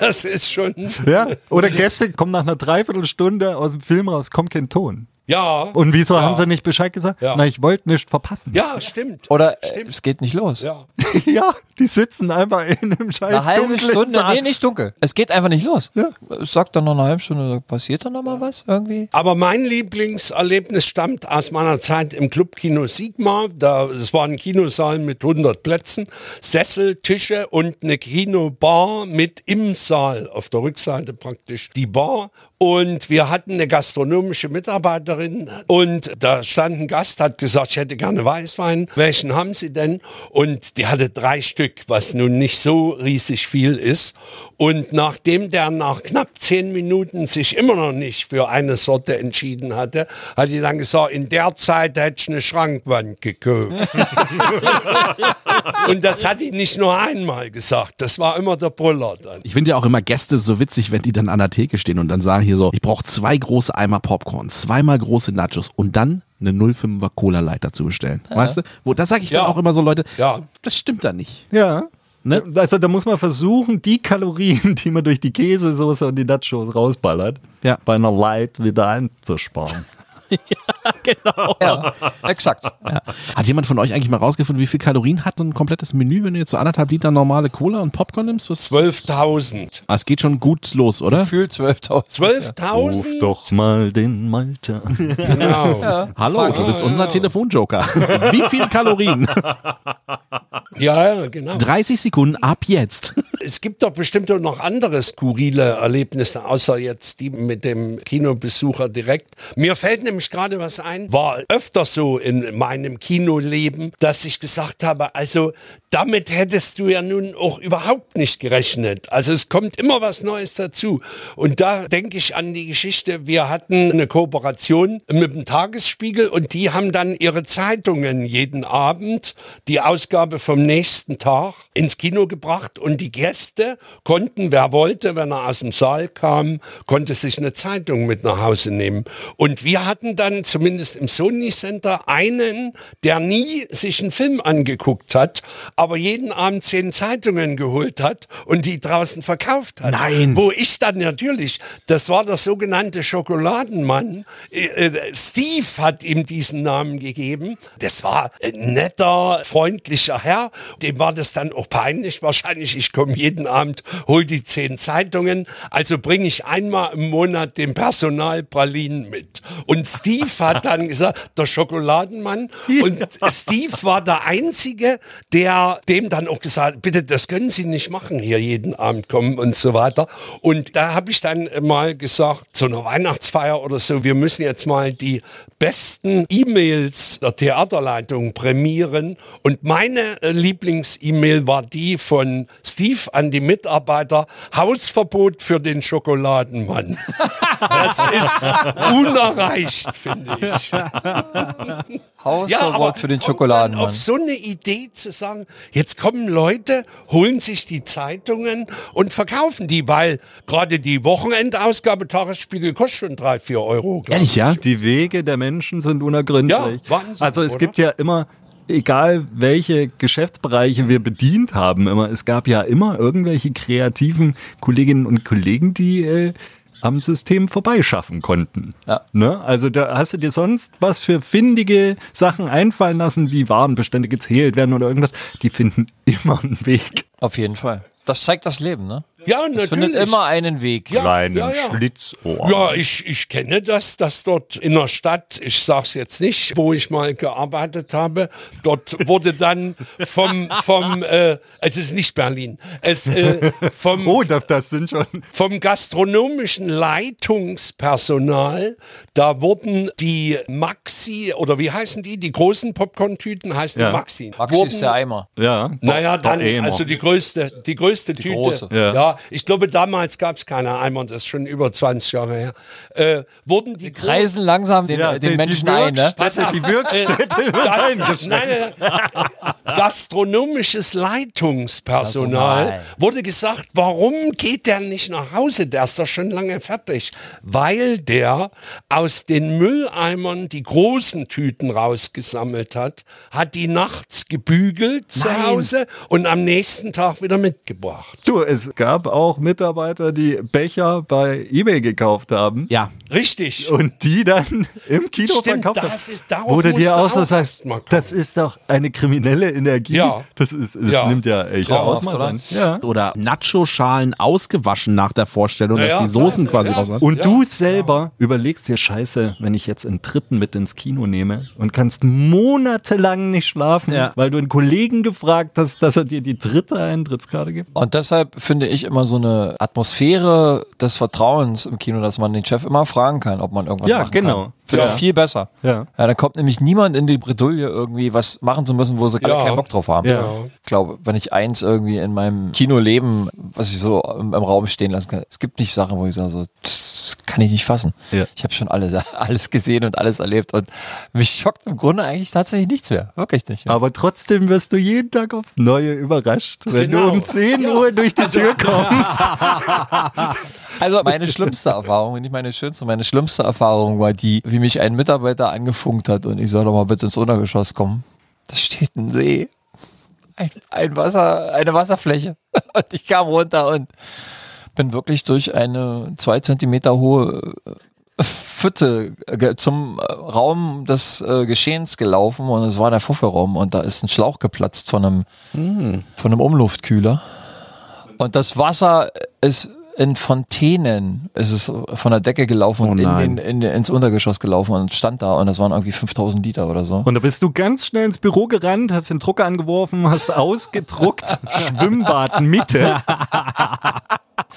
S2: Das ist schon,
S4: Ja? Oder Gäste kommen nach einer Dreiviertelstunde aus dem Film raus, kommt kein Ton.
S2: ja.
S4: Und wieso haben sie nicht Bescheid gesagt?
S2: Ja.
S4: Na, ich wollte nichts verpassen.
S2: ja, stimmt.
S3: Oder äh,
S2: Stimmt.
S3: es geht nicht los.
S2: Ja.
S4: *laughs* Ja, die sitzen einfach in einem scheiß
S3: Eine halbe
S4: dunklen
S3: Stunde,
S4: Saal.
S3: nee, nicht dunkel. Es geht einfach nicht los.
S4: Ja.
S3: Es sagt dann noch eine halbe Stunde, passiert dann noch mal was irgendwie?
S2: Aber mein Lieblingserlebnis stammt aus meiner Zeit im Clubkino Sigma. Da, das war ein Kinosaal mit 100 Plätzen, Sessel, Tische und eine Kinobar mit im Saal, auf der Rückseite praktisch die Bar. Und wir hatten eine gastronomische Mitarbeiterin und da stand ein Gast, hat gesagt, ich hätte gerne Weißwein. Welchen haben Sie denn? Und die hatte drei Stück, was nun nicht so riesig viel ist. Und nachdem der nach knapp zehn Minuten sich immer noch nicht für eine Sorte entschieden hatte, hat die dann gesagt, in der Zeit hätte ich eine Schrankwand gekauft. Und das hat die nicht nur einmal gesagt. Das war immer der Brüller dann.
S1: *laughs* Ich finde ja auch immer Gäste so witzig, wenn die dann an der Theke stehen und dann sagen hier so, ich brauche zwei große Eimer Popcorn, zweimal große Nachos und dann eine 0,5er Cola Light dazu bestellen. Weißt du? Wo, das sage ich
S2: Ja.
S1: dann auch immer so, Leute,
S2: Ja.
S1: das stimmt da nicht.
S4: Ja.
S1: Ne?
S4: Also da muss man versuchen, die Kalorien, die man durch die Käsesoße und die Nachos rausballert,
S1: Ja.
S4: bei einer Light wieder einzusparen.
S2: *laughs*
S3: Ja, exakt.
S1: Ja. Hat jemand von euch eigentlich mal rausgefunden, wie viel Kalorien hat so ein komplettes Menü, wenn du jetzt so anderthalb Liter normale Cola und Popcorn nimmst? Was,
S2: 12.000.
S1: Ah, es geht schon gut los, oder?
S3: Gefühl 12.000.
S2: 12.000?
S4: Ruf doch mal den Malte an.
S2: Genau.
S1: Hallo, du bist unser *laughs* Telefonjoker. Wie viel Kalorien?
S2: Ja, ja, genau.
S1: 30 Sekunden ab jetzt.
S2: Es gibt doch bestimmt auch noch andere skurrile Erlebnisse, außer jetzt die mit dem Kinobesucher direkt. Mir fällt nämlich gerade was ein, war öfter so in meinem Kinoleben, dass ich gesagt habe, also damit hättest du ja nun auch überhaupt nicht gerechnet. Also es kommt immer was Neues dazu. Und da denke ich an die Geschichte, wir hatten eine Kooperation mit dem Tagesspiegel und die haben dann ihre Zeitungen jeden Abend, die Ausgabe vom nächsten Tag, ins Kino gebracht und die Gäste konnten, wer wollte, wenn er aus dem Saal kam, konnte sich eine Zeitung mit nach Hause nehmen. Und wir hatten dann zumindest im Sony Center einen, der nie sich einen Film angeguckt hat, aber jeden Abend zehn Zeitungen geholt hat und die draußen verkauft hat.
S1: Nein.
S2: Wo ich dann natürlich, das war der sogenannte Schokoladenmann, äh, äh, Steve hat ihm diesen Namen gegeben. Das war ein netter, freundlicher Herr. Dem war das dann auch peinlich wahrscheinlich. Ich komme jeden Abend, hol die zehn Zeitungen. Also bringe ich einmal im Monat den Personalpralinen mit. Und Steve hat dann gesagt, der Schokoladenmann. Und Steve war der Einzige, der ja dem dann auch gesagt, bitte, das können Sie nicht machen, hier jeden Abend kommen und so weiter. Und da habe ich dann mal gesagt, zu einer Weihnachtsfeier oder so, wir müssen jetzt mal die besten E-Mails der Theaterleitung prämieren. Und meine äh, Lieblings-E-Mail war die von Steve an die Mitarbeiter, Hausverbot für den Schokoladenmann. Das ist unerreicht, finde ich.
S3: Hausverbot für den
S2: kommt man
S3: Schokoladenmann.
S2: um Auf so eine Idee zu sagen, jetzt kommen Leute, holen sich die Zeitungen und verkaufen die, weil gerade die Wochenendausgabe Tagesspiegel kostet schon drei, vier Euro. glaub ich.
S1: Ehrlich, ja?
S4: Die Wege der Menschen sind unergründlich.
S2: Ja, Wahnsinn,
S4: also es
S2: oder?
S4: gibt ja immer, egal welche Geschäftsbereiche wir bedient haben, immer, es gab ja immer irgendwelche kreativen Kolleginnen und Kollegen, die äh, am System vorbeischaffen konnten.
S3: Ja.
S4: Ne? Also da hast du dir sonst was für findige Sachen einfallen lassen, wie Warenbestände gezählt werden oder irgendwas. Die finden immer einen Weg.
S3: Auf jeden Fall. Das zeigt das Leben, ne?
S2: Ja,
S3: Es findet immer einen Weg.
S2: Ja,
S4: Kleinen
S2: ja, ja.
S4: Schlitzohr.
S2: Ja, ich, ich kenne das, dass dort in der Stadt, ich sag's jetzt nicht, wo ich mal gearbeitet habe, dort wurde dann vom, vom äh, es ist nicht Berlin, es äh,
S3: *laughs*
S2: vom,
S4: Oh, das, das sind schon
S2: vom gastronomischen Leitungspersonal, da wurden die Maxi, oder wie heißen die, die großen Popcorn-Tüten heißen
S4: Ja.
S2: Maxi.
S3: Maxi
S2: wurden,
S3: ist der Eimer.
S4: ja.
S2: Naja, dann,
S4: eh immer.
S2: also die größte, die größte Tüte.
S3: große.
S4: Ja.
S2: Ja. ich glaube, damals gab es keine Eimer, und das ist schon über 20 Jahre her. Äh, wurden die gro-
S3: Kreisen langsam den,
S4: Ja,
S3: den,
S4: die- die
S3: Menschen ein, ne?
S4: Wirkst- Das sind die Wirkstätte.
S2: Das, nein, nein, nein. gastronomisches Leitungspersonal
S3: Personal.
S2: wurde gesagt, warum geht der nicht nach Hause? Der ist doch schon lange fertig. Weil der aus den Mülleimern die großen Tüten rausgesammelt hat, hat die nachts gebügelt zu Hause und am nächsten Tag wieder mitgebracht.
S4: Du, es gab auch Mitarbeiter, die Becher bei eBay gekauft haben.
S1: Ja.
S2: Richtig.
S4: Und die dann im Kino
S2: Stimmt,
S4: verkauft
S2: das ist- darauf
S4: Wurde
S2: musst du
S4: dir aus, das
S2: auch
S4: heißt,
S2: erst mal kommen.
S4: das ist doch eine kriminelle Energie.
S2: Ja.
S4: Das, ist, das
S2: Ja.
S4: nimmt ja echt
S3: Traumhaft,
S4: Ausmaß
S3: oder?
S4: an. Ja.
S1: Oder Nacho-Schalen ausgewaschen nach der Vorstellung,
S2: Ja,
S1: dass die
S2: ja,
S1: Soßen
S2: klar,
S1: quasi
S2: ja. genau.
S1: raus waren.
S4: Und du selber überlegst dir, scheiße, wenn ich jetzt einen Dritten mit ins Kino nehme und kannst monatelang nicht schlafen,
S1: Ja.
S4: weil du einen Kollegen gefragt hast, dass er dir die dritte Eintrittskarte gibt.
S3: Und deshalb finde ich immer so eine Atmosphäre des Vertrauens im Kino, dass man den Chef immer fragen kann, ob man irgendwas
S4: Ja,
S3: machen
S4: genau.
S3: kann. Finde
S4: Ja.
S3: ich viel besser.
S4: Ja.
S3: ja, dann kommt nämlich niemand in die Bredouille irgendwie was machen zu müssen, wo sie gerade
S2: Ja.
S3: keinen Bock drauf haben.
S4: Ja.
S3: Ich glaube, wenn ich eins irgendwie in meinem Kinoleben, was ich so im, im Raum stehen lassen kann, es gibt nicht Sachen, wo ich sage, so, das kann ich nicht fassen.
S4: Ja.
S3: Ich habe schon alles, *laughs* alles gesehen und alles erlebt und mich schockt im Grunde eigentlich tatsächlich nichts mehr. Wirklich nicht. Mehr.
S4: Aber trotzdem wirst du jeden Tag aufs Neue überrascht, wenn
S2: Genau.
S4: du um 10 Uhr durch die Tür kommst.
S3: Also meine schlimmste Erfahrung, nicht meine schönste, meine schlimmste Erfahrung war die, wie mich ein Mitarbeiter angefunkt hat und ich soll doch mal bitte ins Untergeschoss kommen. Da steht ein See, ein, ein Wasser, eine Wasserfläche. *laughs* Und ich kam runter und bin wirklich durch eine zwei Zentimeter hohe äh, Pfütze ge- zum äh, Raum des äh, Geschehens gelaufen und es war der Fuffelraum und da ist ein Schlauch geplatzt von einem, von einem Umluftkühler. Und das Wasser ist in Fontänen, es ist von der Decke gelaufen
S1: Oh
S3: und
S1: nein.
S3: in, in, in, ins Untergeschoss gelaufen und stand da und das waren irgendwie 5000 Liter oder so.
S4: Und da bist du ganz schnell ins Büro gerannt, hast den Drucker angeworfen, hast
S1: *laughs*
S4: ausgedruckt, Schwimmbad Mitte,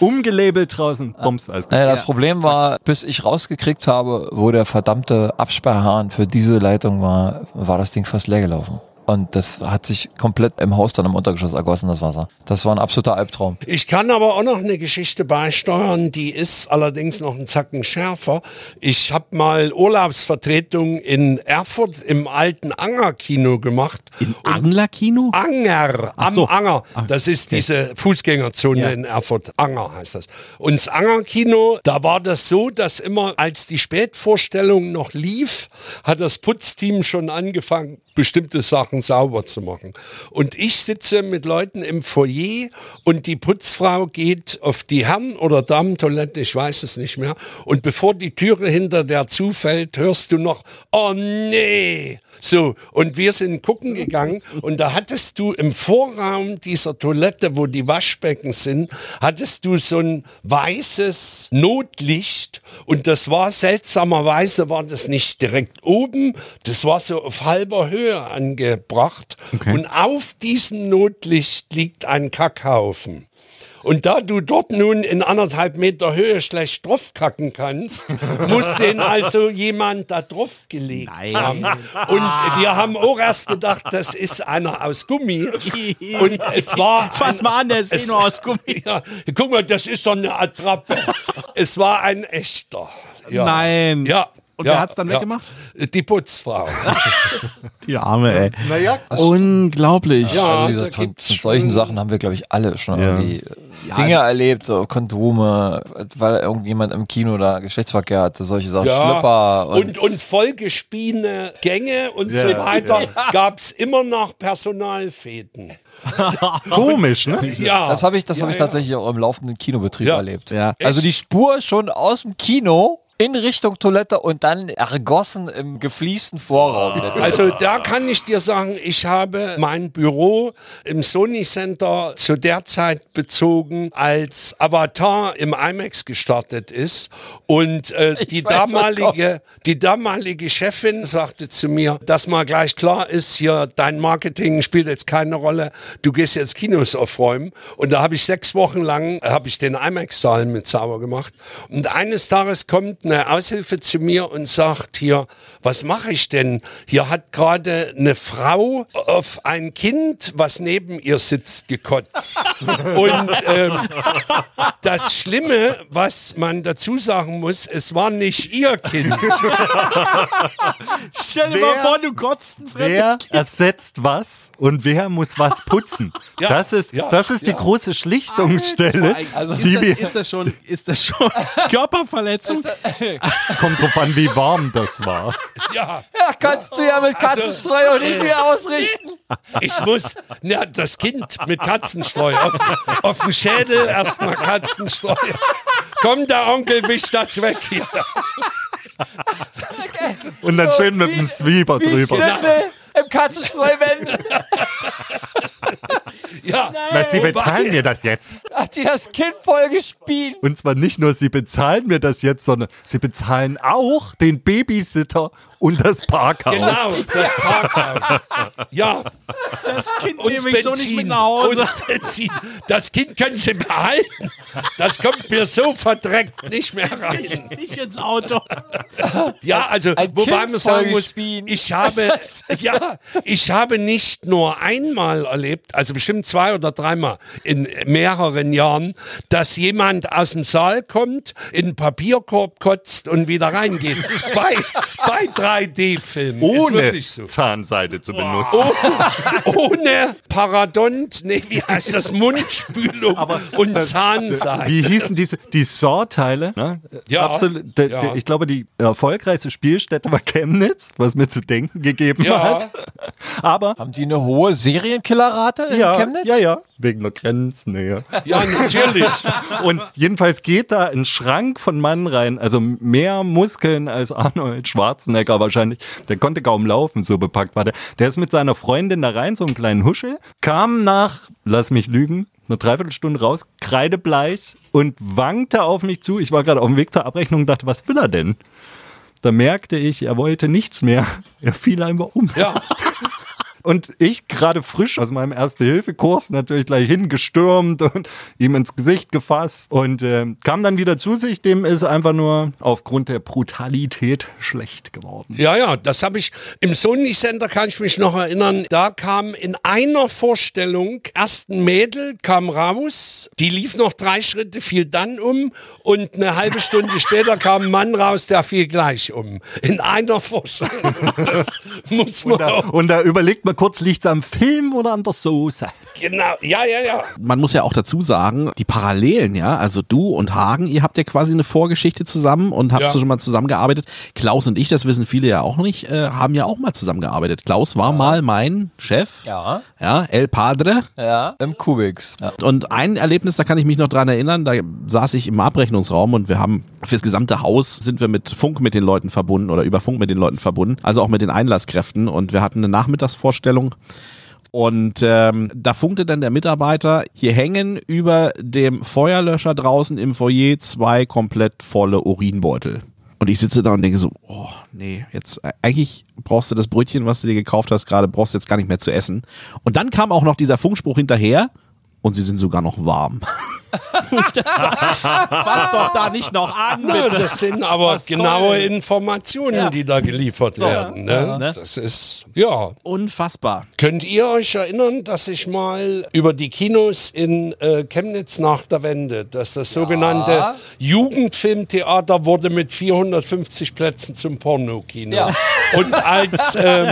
S4: umgelabelt draußen, Bums, alles gut.
S3: Naja, das Problem war, bis ich rausgekriegt habe, wo der verdammte Absperrhahn für diese Leitung war, war das Ding fast leer gelaufen. Und das hat sich komplett im Haus dann im Untergeschoss ergossen, das Wasser. Das war ein absoluter Albtraum.
S2: Ich kann aber auch noch eine Geschichte beisteuern, die ist allerdings noch einen Zacken schärfer. Ich habe mal Urlaubsvertretung in Erfurt im alten Anger-Kino gemacht.
S1: Im Anglerkino?
S2: Anger, am
S1: so.
S2: Anger. Das ist diese Fußgängerzone in Erfurt. Anger heißt das. Und das Anger-Kino, da war das so, dass immer, als die Spätvorstellung noch lief, hat das Putzteam schon angefangen, bestimmte Sachen sauber zu machen. Und ich sitze mit Leuten im Foyer und die Putzfrau geht auf die Herren- oder Damentoilette, ich weiß es nicht mehr. Und bevor die Türe hinter der zufällt, hörst du noch, oh nee, So, und wir sind gucken gegangen und da hattest du im Vorraum dieser Toilette, wo die Waschbecken sind, hattest du so ein weißes Notlicht und das war seltsamerweise, war das nicht direkt oben, das war so auf halber Höhe angebracht
S1: Okay.
S2: und auf diesem Notlicht liegt ein Kackhaufen. Und da du dort nun in anderthalb Meter Höhe schlecht drauf kacken kannst, muss den also jemand da drauf gelegt
S1: Ah.
S2: haben. Und wir haben auch erst gedacht, das ist einer aus Gummi. Und
S1: *laughs*
S2: es war.
S1: Fass
S2: ein-
S1: mal an, der ist eh
S2: es-
S1: nur aus Gummi.
S2: *laughs* Ja, guck mal, das ist doch eine Attrappe. es war ein echter. Ja.
S1: Nein.
S2: Ja.
S1: Und
S2: ja,
S1: wer hat's dann weggemacht?
S2: Die Putzfrau.
S1: Die Arme, ey.
S4: Naja,
S1: Also Unglaublich.
S2: Ja,
S3: also wie
S2: da
S3: gesagt, von,
S2: gibt's
S3: von solchen
S2: schon- also
S3: Sachen haben wir, glaube ich, alle schon irgendwie äh, Dinge erlebt, so Kondome, weil irgendjemand im Kino da Geschlechtsverkehr hatte, solche Sachen, Schlüpper und,
S2: und, und vollgespiene Gänge und so
S4: Ja,
S2: weiter gab es immer noch Personalfäden.
S4: komisch, ne?
S2: Ja,
S3: das habe ich, das
S2: ja,
S3: habe ich
S2: ja.
S3: tatsächlich auch im laufenden Kinobetrieb
S2: Ja.
S3: erlebt.
S1: Ja.
S3: Also die Spur schon aus dem Kino in Richtung Toilette und dann ergossen im gefliesten Vorraum. der Toilette.
S2: Also da kann ich dir sagen, ich habe mein Büro im Sony Center zu der Zeit bezogen, als Avatar im IMAX gestartet ist. Und äh, die,
S3: weiß, was
S2: damalige, die damalige Chefin sagte zu mir, dass mal gleich klar ist, hier dein Marketing spielt jetzt keine Rolle, du gehst jetzt Kinos aufräumen. Und da habe ich sechs Wochen lang, äh, habe ich den IMAX-Saal mit sauber gemacht. Und eines Tages kommt eine Aushilfe zu mir und sagt hier, was mache ich denn? Hier hat gerade eine Frau auf ein Kind, was neben ihr sitzt, gekotzt. und ähm, das Schlimme, was man dazu sagen muss, es war nicht ihr Kind.
S1: Stell dir
S4: Wer-
S1: mal vor, du kotzt ein
S4: Wer
S1: fremdes
S4: ersetzt was und wer muss was
S1: *laughs*
S4: putzen?
S2: Ja,
S4: das ist,
S2: ja,
S4: das ist
S2: ja.
S4: die große Schlichtungsstelle,
S1: Also ist,
S4: die
S1: das,
S4: wir-
S1: ist das schon, ist das schon *laughs* Körperverletzung?
S4: *laughs* kommt drauf an, wie warm das war.
S2: ja.
S3: *laughs* ja, kannst du ja mit
S2: Also
S3: Katzenstreu und nicht mehr ausrichten.
S2: Ich muss, na, das Kind mit Katzenstreu auf, auf dem Schädel erstmal Katzenstreu. Komm, der Onkel wischt das weg hier.
S4: Und dann schön mit dem Zwieber
S3: Wie
S4: drüber.
S3: Schnitzel im Katzenstreu wenden.
S2: Ja,
S4: Na, sie bezahlen mir das jetzt.
S3: *laughs* Hat die das Kind voll gespielt?
S4: Und zwar nicht nur, sie bezahlen mir das jetzt, sondern sie bezahlen auch den Babysitter und das Parkhaus.
S2: genau, das Parkhaus. Ja,
S1: Das Kind
S2: uns
S1: nehme ich so nicht mit
S2: Benzin.
S1: nach Hause.
S2: Uns Benzin. Das Kind können Sie behalten. Das kommt mir so verdreckt nicht mehr rein.
S1: *laughs* nicht ins Auto.
S2: Ja, also
S3: Ein
S2: wobei
S3: Kind
S2: man sagen muss,
S3: vollgespielt.
S2: ich habe,
S3: *laughs* Das ist-
S2: ja, ich habe nicht nur einmal erlebt, also bestimmt zwei oder dreimal in mehreren Jahren, dass jemand aus dem Saal kommt, in den Papierkorb kotzt und wieder
S3: *laughs*
S2: reingeht. bei bei 3D-Filmen. ist
S4: Ohne
S2: wirklich so.
S4: Zahnseide zu benutzen.
S2: Oh, ohne Paradont, nee, wie heißt das? Mundspülung und Zahnseide.
S4: Wie hießen diese, die Saw-Teile? Ne?
S2: Ja.
S4: Absolut, de,
S2: Ja.
S4: De, ich glaube, die erfolgreichste Spielstätte war Chemnitz, was mir zu denken gegeben
S2: Ja.
S4: hat. *laughs* Aber,
S3: Haben die eine hohe Serienkillerrate in
S4: ja,
S3: Chemnitz?
S4: ja, ja, wegen der Grenznähe.
S2: Ja, natürlich.
S4: *laughs* Und jedenfalls geht da ein Schrank von Mann rein, also mehr Muskeln als Arnold Schwarzenegger wahrscheinlich. Der konnte kaum laufen, so bepackt war der. Der ist mit seiner Freundin da rein, so einen kleinen Huschel, kam nach, lass mich lügen, eine Dreiviertelstunde raus, kreidebleich und wankte auf mich zu. Ich war gerade auf dem Weg zur Abrechnung und dachte, was will er denn? Da merkte ich, er wollte nichts mehr. Er fiel einfach um.
S2: Ja.
S4: Und ich gerade frisch aus meinem Erste-Hilfe-Kurs natürlich gleich hingestürmt und ihm ins Gesicht gefasst und ähm, kam dann wieder zu sich. Dem ist einfach nur aufgrund der Brutalität schlecht geworden.
S2: Ja, ja, das habe ich im Sony Center kann ich mich noch erinnern. Da kam in einer Vorstellung erst ein Mädel kam raus, die lief noch drei Schritte, fiel dann um und eine halbe Stunde später kam ein Mann raus, der fiel gleich um. In einer Vorstellung. Das muss man
S4: Da,
S2: auch.
S3: *laughs*
S4: und da überlegt man kurz, liegt's am Film oder an der Soße?
S2: Genau, ja, ja, ja.
S1: Man muss ja auch dazu sagen, die Parallelen, ja, also du und Hagen, ihr habt ja quasi eine Vorgeschichte zusammen und habt
S2: Ja.
S1: schon mal zusammengearbeitet. Klaus und ich, das wissen viele ja auch nicht, äh, haben ja auch mal zusammengearbeitet. Klaus war mal mein Chef,
S3: Ja.
S1: ja, El Padre.
S3: Ja. Im Kubiks. Ja.
S1: Und ein Erlebnis, da kann ich mich noch dran erinnern, da saß ich im Abrechnungsraum und wir haben fürs gesamte Haus sind wir mit Funk mit den Leuten verbunden oder über Funk mit den Leuten verbunden, also auch mit den Einlasskräften und wir hatten eine Nachmittagsvorstellung. Und ähm, da funkte dann der Mitarbeiter, hier hängen über dem Feuerlöscher draußen im Foyer zwei komplett volle Urinbeutel. Und ich sitze da und denke so, oh nee, jetzt äh, eigentlich brauchst du das Brötchen, was du dir gekauft hast, gerade brauchst du jetzt gar nicht mehr zu essen. Und dann kam auch noch dieser Funkspruch hinterher, und sie sind sogar noch
S2: *laughs*
S1: warm. Wo ich dann sag, Fass doch da nicht noch an,
S2: Nö,
S1: bitte.
S2: das sind aber
S1: Was soll?
S2: genaue Informationen,
S1: Ja.
S2: die da geliefert werden. Ne?
S1: ne?
S2: Das ist, ja.
S1: Unfassbar.
S2: Könnt ihr euch erinnern, dass ich mal über die Kinos in äh, Chemnitz nach der Wende, dass das sogenannte Jugendfilmtheater wurde mit 450 Plätzen zum Pornokino.
S3: Ja.
S2: Und als ähm,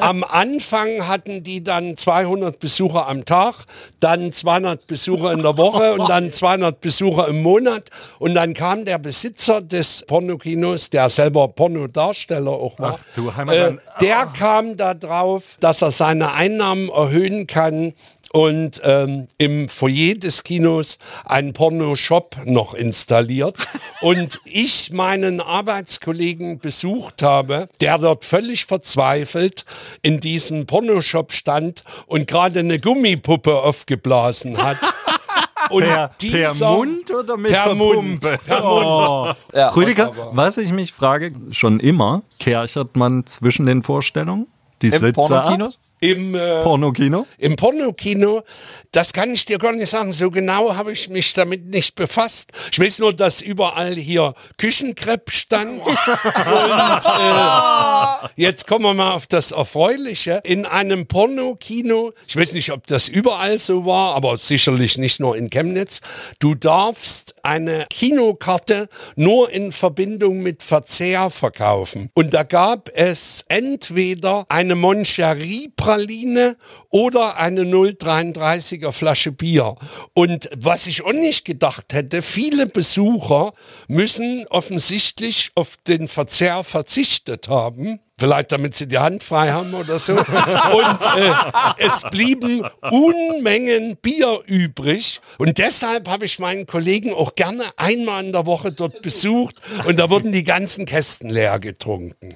S2: am Anfang hatten die dann 200 Besucher am Tag, dann 200 Besucher in der Woche und dann 200 Besucher im Monat. Und dann kam der Besitzer des Pornokinos, der selber Pornodarsteller auch war,
S4: Ach, du Heimatland.
S2: äh, der kam da drauf, dass er seine Einnahmen erhöhen kann und ähm, im Foyer des Kinos einen Pornoshop noch
S4: *laughs*
S2: installiert und ich meinen Arbeitskollegen besucht habe, der dort völlig verzweifelt in diesem Pornoshop stand und gerade eine Gummipuppe aufgeblasen
S4: *laughs*
S2: hat. Und
S4: Per, per
S2: dieser-
S4: Mund oder mit
S2: Per
S4: der
S2: Mund.
S4: Pumpe? Oh.
S2: Per Mund.
S3: Ja,
S4: Rüdiger, was ich mich frage, schon immer kärchert man zwischen den Vorstellungen? Die
S3: Im Pornokinos?
S2: Im äh,
S4: Pornokino?
S2: Im Pornokino, das kann ich dir gar nicht sagen. So genau habe ich mich damit nicht befasst. Ich weiß nur, dass überall hier Küchenkrepp stand. Und äh, jetzt kommen wir mal auf das Erfreuliche. In einem Pornokino, ich weiß nicht, ob das überall so war, aber sicherlich nicht nur in Chemnitz, du darfst eine Kinokarte nur in Verbindung mit Verzehr verkaufen. Und da gab es entweder eine Moncherie-Praline oder eine 0,33er Flasche Bier. Und was ich auch nicht gedacht hätte, viele Besucher müssen offensichtlich auf den Verzehr verzichtet haben. Vielleicht damit sie die Hand frei haben oder so. Und äh, es blieben Unmengen Bier übrig. Und deshalb habe ich meinen Kollegen auch gerne einmal in der Woche dort besucht. Und da wurden die ganzen Kästen leer getrunken.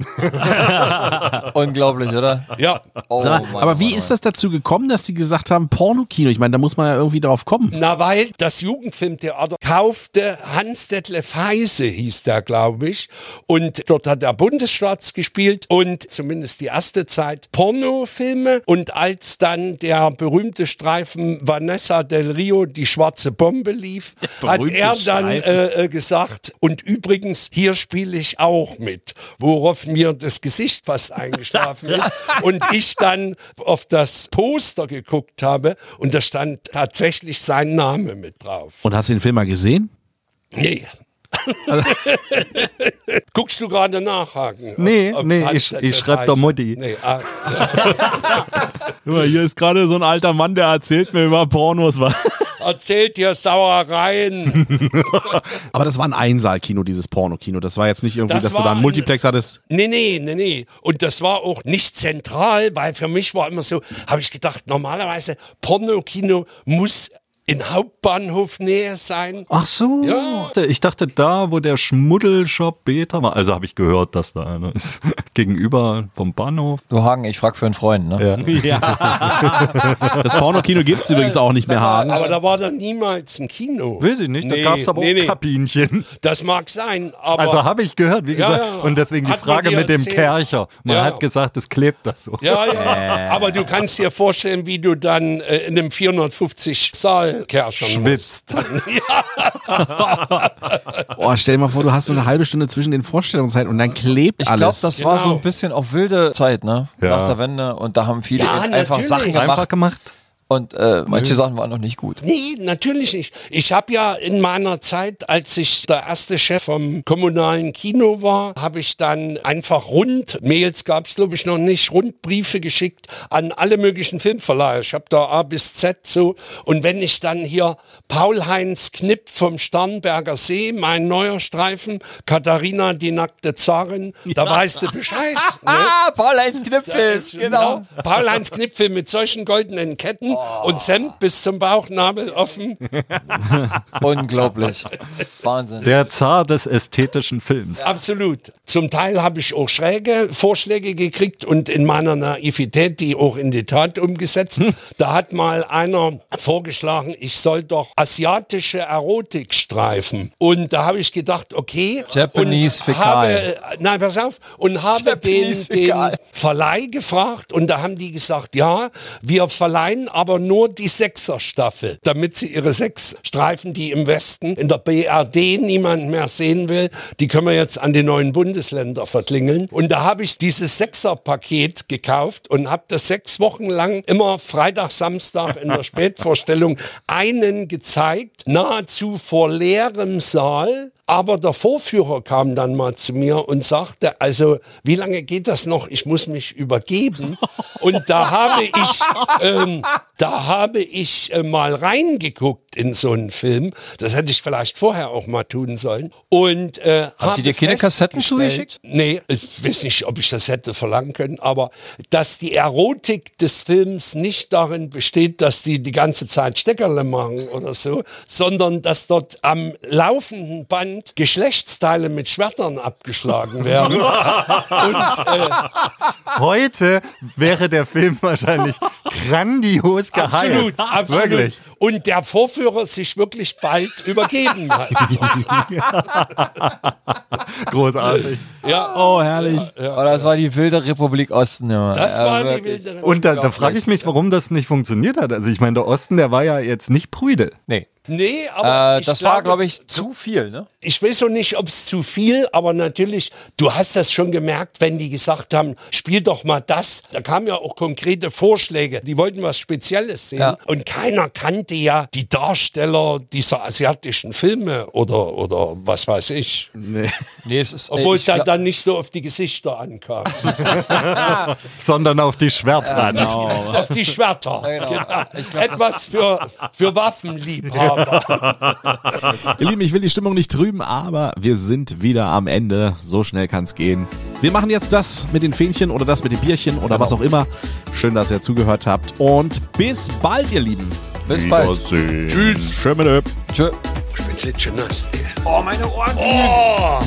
S3: Unglaublich, oder?
S2: Ja.
S3: Oh,
S1: Sag mal,
S3: Mann,
S1: aber
S3: Mann,
S1: wie
S3: Mann.
S1: ist das dazu gekommen, dass die gesagt haben, Pornokino? Ich meine, da muss man ja irgendwie drauf kommen.
S2: Na, weil das Jugendfilmtheater kaufte Hans Detlef Heise, hieß der, glaube ich. Und dort hat er Bundesstaats gespielt und zumindest die erste Zeit Pornofilme. Und als dann der berühmte Streifen Vanessa del Rio, die schwarze Bombe lief, hat
S1: berühmte
S2: er dann
S1: Streifen.
S2: äh, äh, gesagt, und übrigens, hier spiele ich auch mit, worauf mir das Gesicht fast eingeschlafen ist. Und ich dann auf das Poster geguckt habe und da stand tatsächlich sein Name mit drauf.
S1: Und hast du den Film mal gesehen?
S2: Nee. *laughs* Guckst du gerade nach, Hagen?
S4: Nee,
S2: Ob's
S4: nee,
S2: Hans
S4: ich-
S2: Detlef
S4: ich schreib
S2: Heise-
S4: der Mutti.
S2: Nee, ah,
S1: Hier ist gerade so ein alter Mann, der erzählt mir über Pornos.
S2: erzählt dir Sauereien.
S1: Aber das war ein Einsaalkino, dieses Pornokino. Das war jetzt nicht irgendwie,
S2: Das
S1: dass du da
S2: war
S1: einen
S2: ein-
S1: Multiplex hattest.
S2: Nee, nee, nee, nee. Und das war auch nicht zentral, weil für mich war immer so, habe ich gedacht, normalerweise Pornokino muss in Hauptbahnhofnähe sein.
S4: Ach so.
S2: Ja.
S4: Ich dachte, da, wo der Schmuddelshop Beta war, also habe ich gehört, dass da einer ist. *laughs* Gegenüber vom Bahnhof.
S3: Du Hagen, ich frag für einen Freund, ne?
S4: Ja.
S2: *laughs*
S1: Das Pornokino gibt es übrigens auch nicht mehr, Hagen.
S2: Aber da war dann niemals ein Kino.
S4: Weiß ich nicht, da gab es aber auch Kabinchen.
S2: Das mag sein, aber.
S4: *laughs* Also habe ich gehört, wie
S2: Ja,
S4: gesagt.
S2: ja.
S4: Und deswegen die
S2: Hat man
S4: Frage
S2: dir
S4: mit dem
S2: erzählt?
S4: Kercher. Man
S2: Ja.
S4: hat gesagt, es klebt das so.
S2: ja,
S4: Äh.
S2: ja. aber du kannst dir vorstellen, wie du dann äh, in einem 450 Saal kerschern musst. *laughs*
S4: *laughs* Schwitzt.
S1: Oh, stell dir mal vor, du hast so eine halbe Stunde zwischen den Vorstellungszeiten und dann klebt
S3: Ich glaube,
S1: alles.
S3: das war so
S2: Genau.
S3: ein bisschen auch wilde Zeit, ne?
S4: Ja.
S3: Nach der Wende. Und da haben viele
S2: Ja,
S3: einfach
S2: natürlich.
S3: Sachen gemacht.
S4: Einfach gemacht.
S3: Und äh, manche Sachen waren noch nicht gut.
S2: Nee, natürlich nicht. Ich habe ja in meiner Zeit, als ich der erste Chef vom kommunalen Kino war, habe ich dann einfach Rundmails, gab es glaube ich noch nicht, Rundbriefe geschickt an alle möglichen Filmverleiher. Ich habe da A bis Z so. Und wenn ich dann hier Paul-Heinz Knipp vom Starnberger See, mein neuer Streifen, Katharina die nackte Zarin, da weißt du Bescheid. ne?
S3: Ah, Paul Heinz
S2: Ja,
S3: Knipfel,
S2: ist schon
S3: genau.
S2: da. Paul-Heinz Knipfel mit solchen goldenen Ketten und Hemd bis zum Bauchnabel offen. genau. *laughs*
S3: Unglaublich. Wahnsinn.
S4: Der Zar des ästhetischen Films.
S2: Absolut. Zum Teil habe ich auch schräge Vorschläge gekriegt und in meiner Naivität die auch in die Tat umgesetzt. Da hat mal einer vorgeschlagen, ich soll doch asiatische Erotik streifen. Und da habe ich gedacht, okay.
S3: Japanese
S2: und
S3: Fäkal.
S2: habe, äh, Nein, pass auf. Und habe den,
S3: Japanese
S2: den
S3: Fäkal.
S2: Verleih gefragt und da haben die gesagt, ja, wir verleihen aber nur die Sechser-Staffel, damit sie ihre sechs Streifen, die im Westen in der BRD niemand mehr sehen will, die können wir jetzt an die neuen Bundesländer verklingeln. Und da habe ich dieses Sechser-Paket gekauft und habe das sechs Wochen lang immer Freitag, Samstag in der Spätvorstellung einen gezeigt, nahezu vor leerem Saal. Aber der Vorführer kam dann mal zu mir und sagte, also wie lange geht das noch? Ich muss mich übergeben. Und da habe ich, ähm, da habe ich äh, mal reingeguckt in so einen Film. Das hätte ich vielleicht vorher auch mal tun sollen. Und äh,
S3: Habt ihr dir keine Kassetten zugeschickt?
S2: Nee, ich weiß nicht, ob ich das hätte verlangen können, aber dass die Erotik des Films nicht darin besteht, dass die die ganze Zeit Steckerle machen oder so, sondern dass dort am laufenden Band Geschlechtsteile mit Schwertern abgeschlagen
S4: *laughs*
S2: werden. Und äh,
S4: Heute wäre der Film
S2: *laughs*
S4: wahrscheinlich grandios geheilt.
S2: absolut, absolut.
S4: Wirklich.
S2: Und der Vorführer sich wirklich bald übergeben
S4: *laughs*
S2: hat.
S4: Großartig.
S2: Ja.
S4: Oh, herrlich.
S3: Aber das war die wilde Republik Osten. Äh, Ja.
S2: Das
S3: Ja,
S2: war die
S3: wirklich.
S2: wilde Republik.
S4: Und da, da frage ich mich, warum das nicht äh, funktioniert hat. Also ich meine, der Osten, der war ja jetzt nicht prüde.
S3: Nee.
S2: Nee, aber
S3: Äh,
S2: ich
S3: das war,
S2: glaube-
S3: glaube ich, zu viel, ne?
S2: ich weiß noch nicht, ob es zu viel, aber natürlich, du hast das schon gemerkt, wenn die gesagt haben, spiel doch mal das. Da kamen ja auch konkrete Vorschläge. Die wollten was Spezielles sehen.
S3: Ja.
S2: Und keiner kannte ja die Darsteller dieser asiatischen Filme oder, oder was weiß ich.
S3: Nee, es ist.
S2: Obwohl es halt
S3: ich
S2: ja
S3: glaub- Genau.
S2: dann nicht so auf die Gesichter
S3: *laughs*
S2: ankam. *laughs*
S4: Sondern auf die Schwerter.
S2: auf die Schwerter.
S3: Ja, genau.
S2: Genau.
S3: Ich glaub, das-
S2: Etwas für, für
S3: *laughs*
S2: Waffenliebhaber.
S1: Ihr Lieben, ich will die Stimmung nicht trüben, aber wir sind wieder am Ende. So schnell kann's gehen. Wir machen jetzt das mit den Fähnchen oder das mit dem Bierchen oder was auch immer. Schön, dass ihr zugehört habt. Und bis bald, ihr Lieben.
S3: Bis bald.
S5: Tschüss.
S3: Tschö.
S2: Ich bin Schlitschenast, ey.
S3: Oh, meine Ohren.
S2: Oh,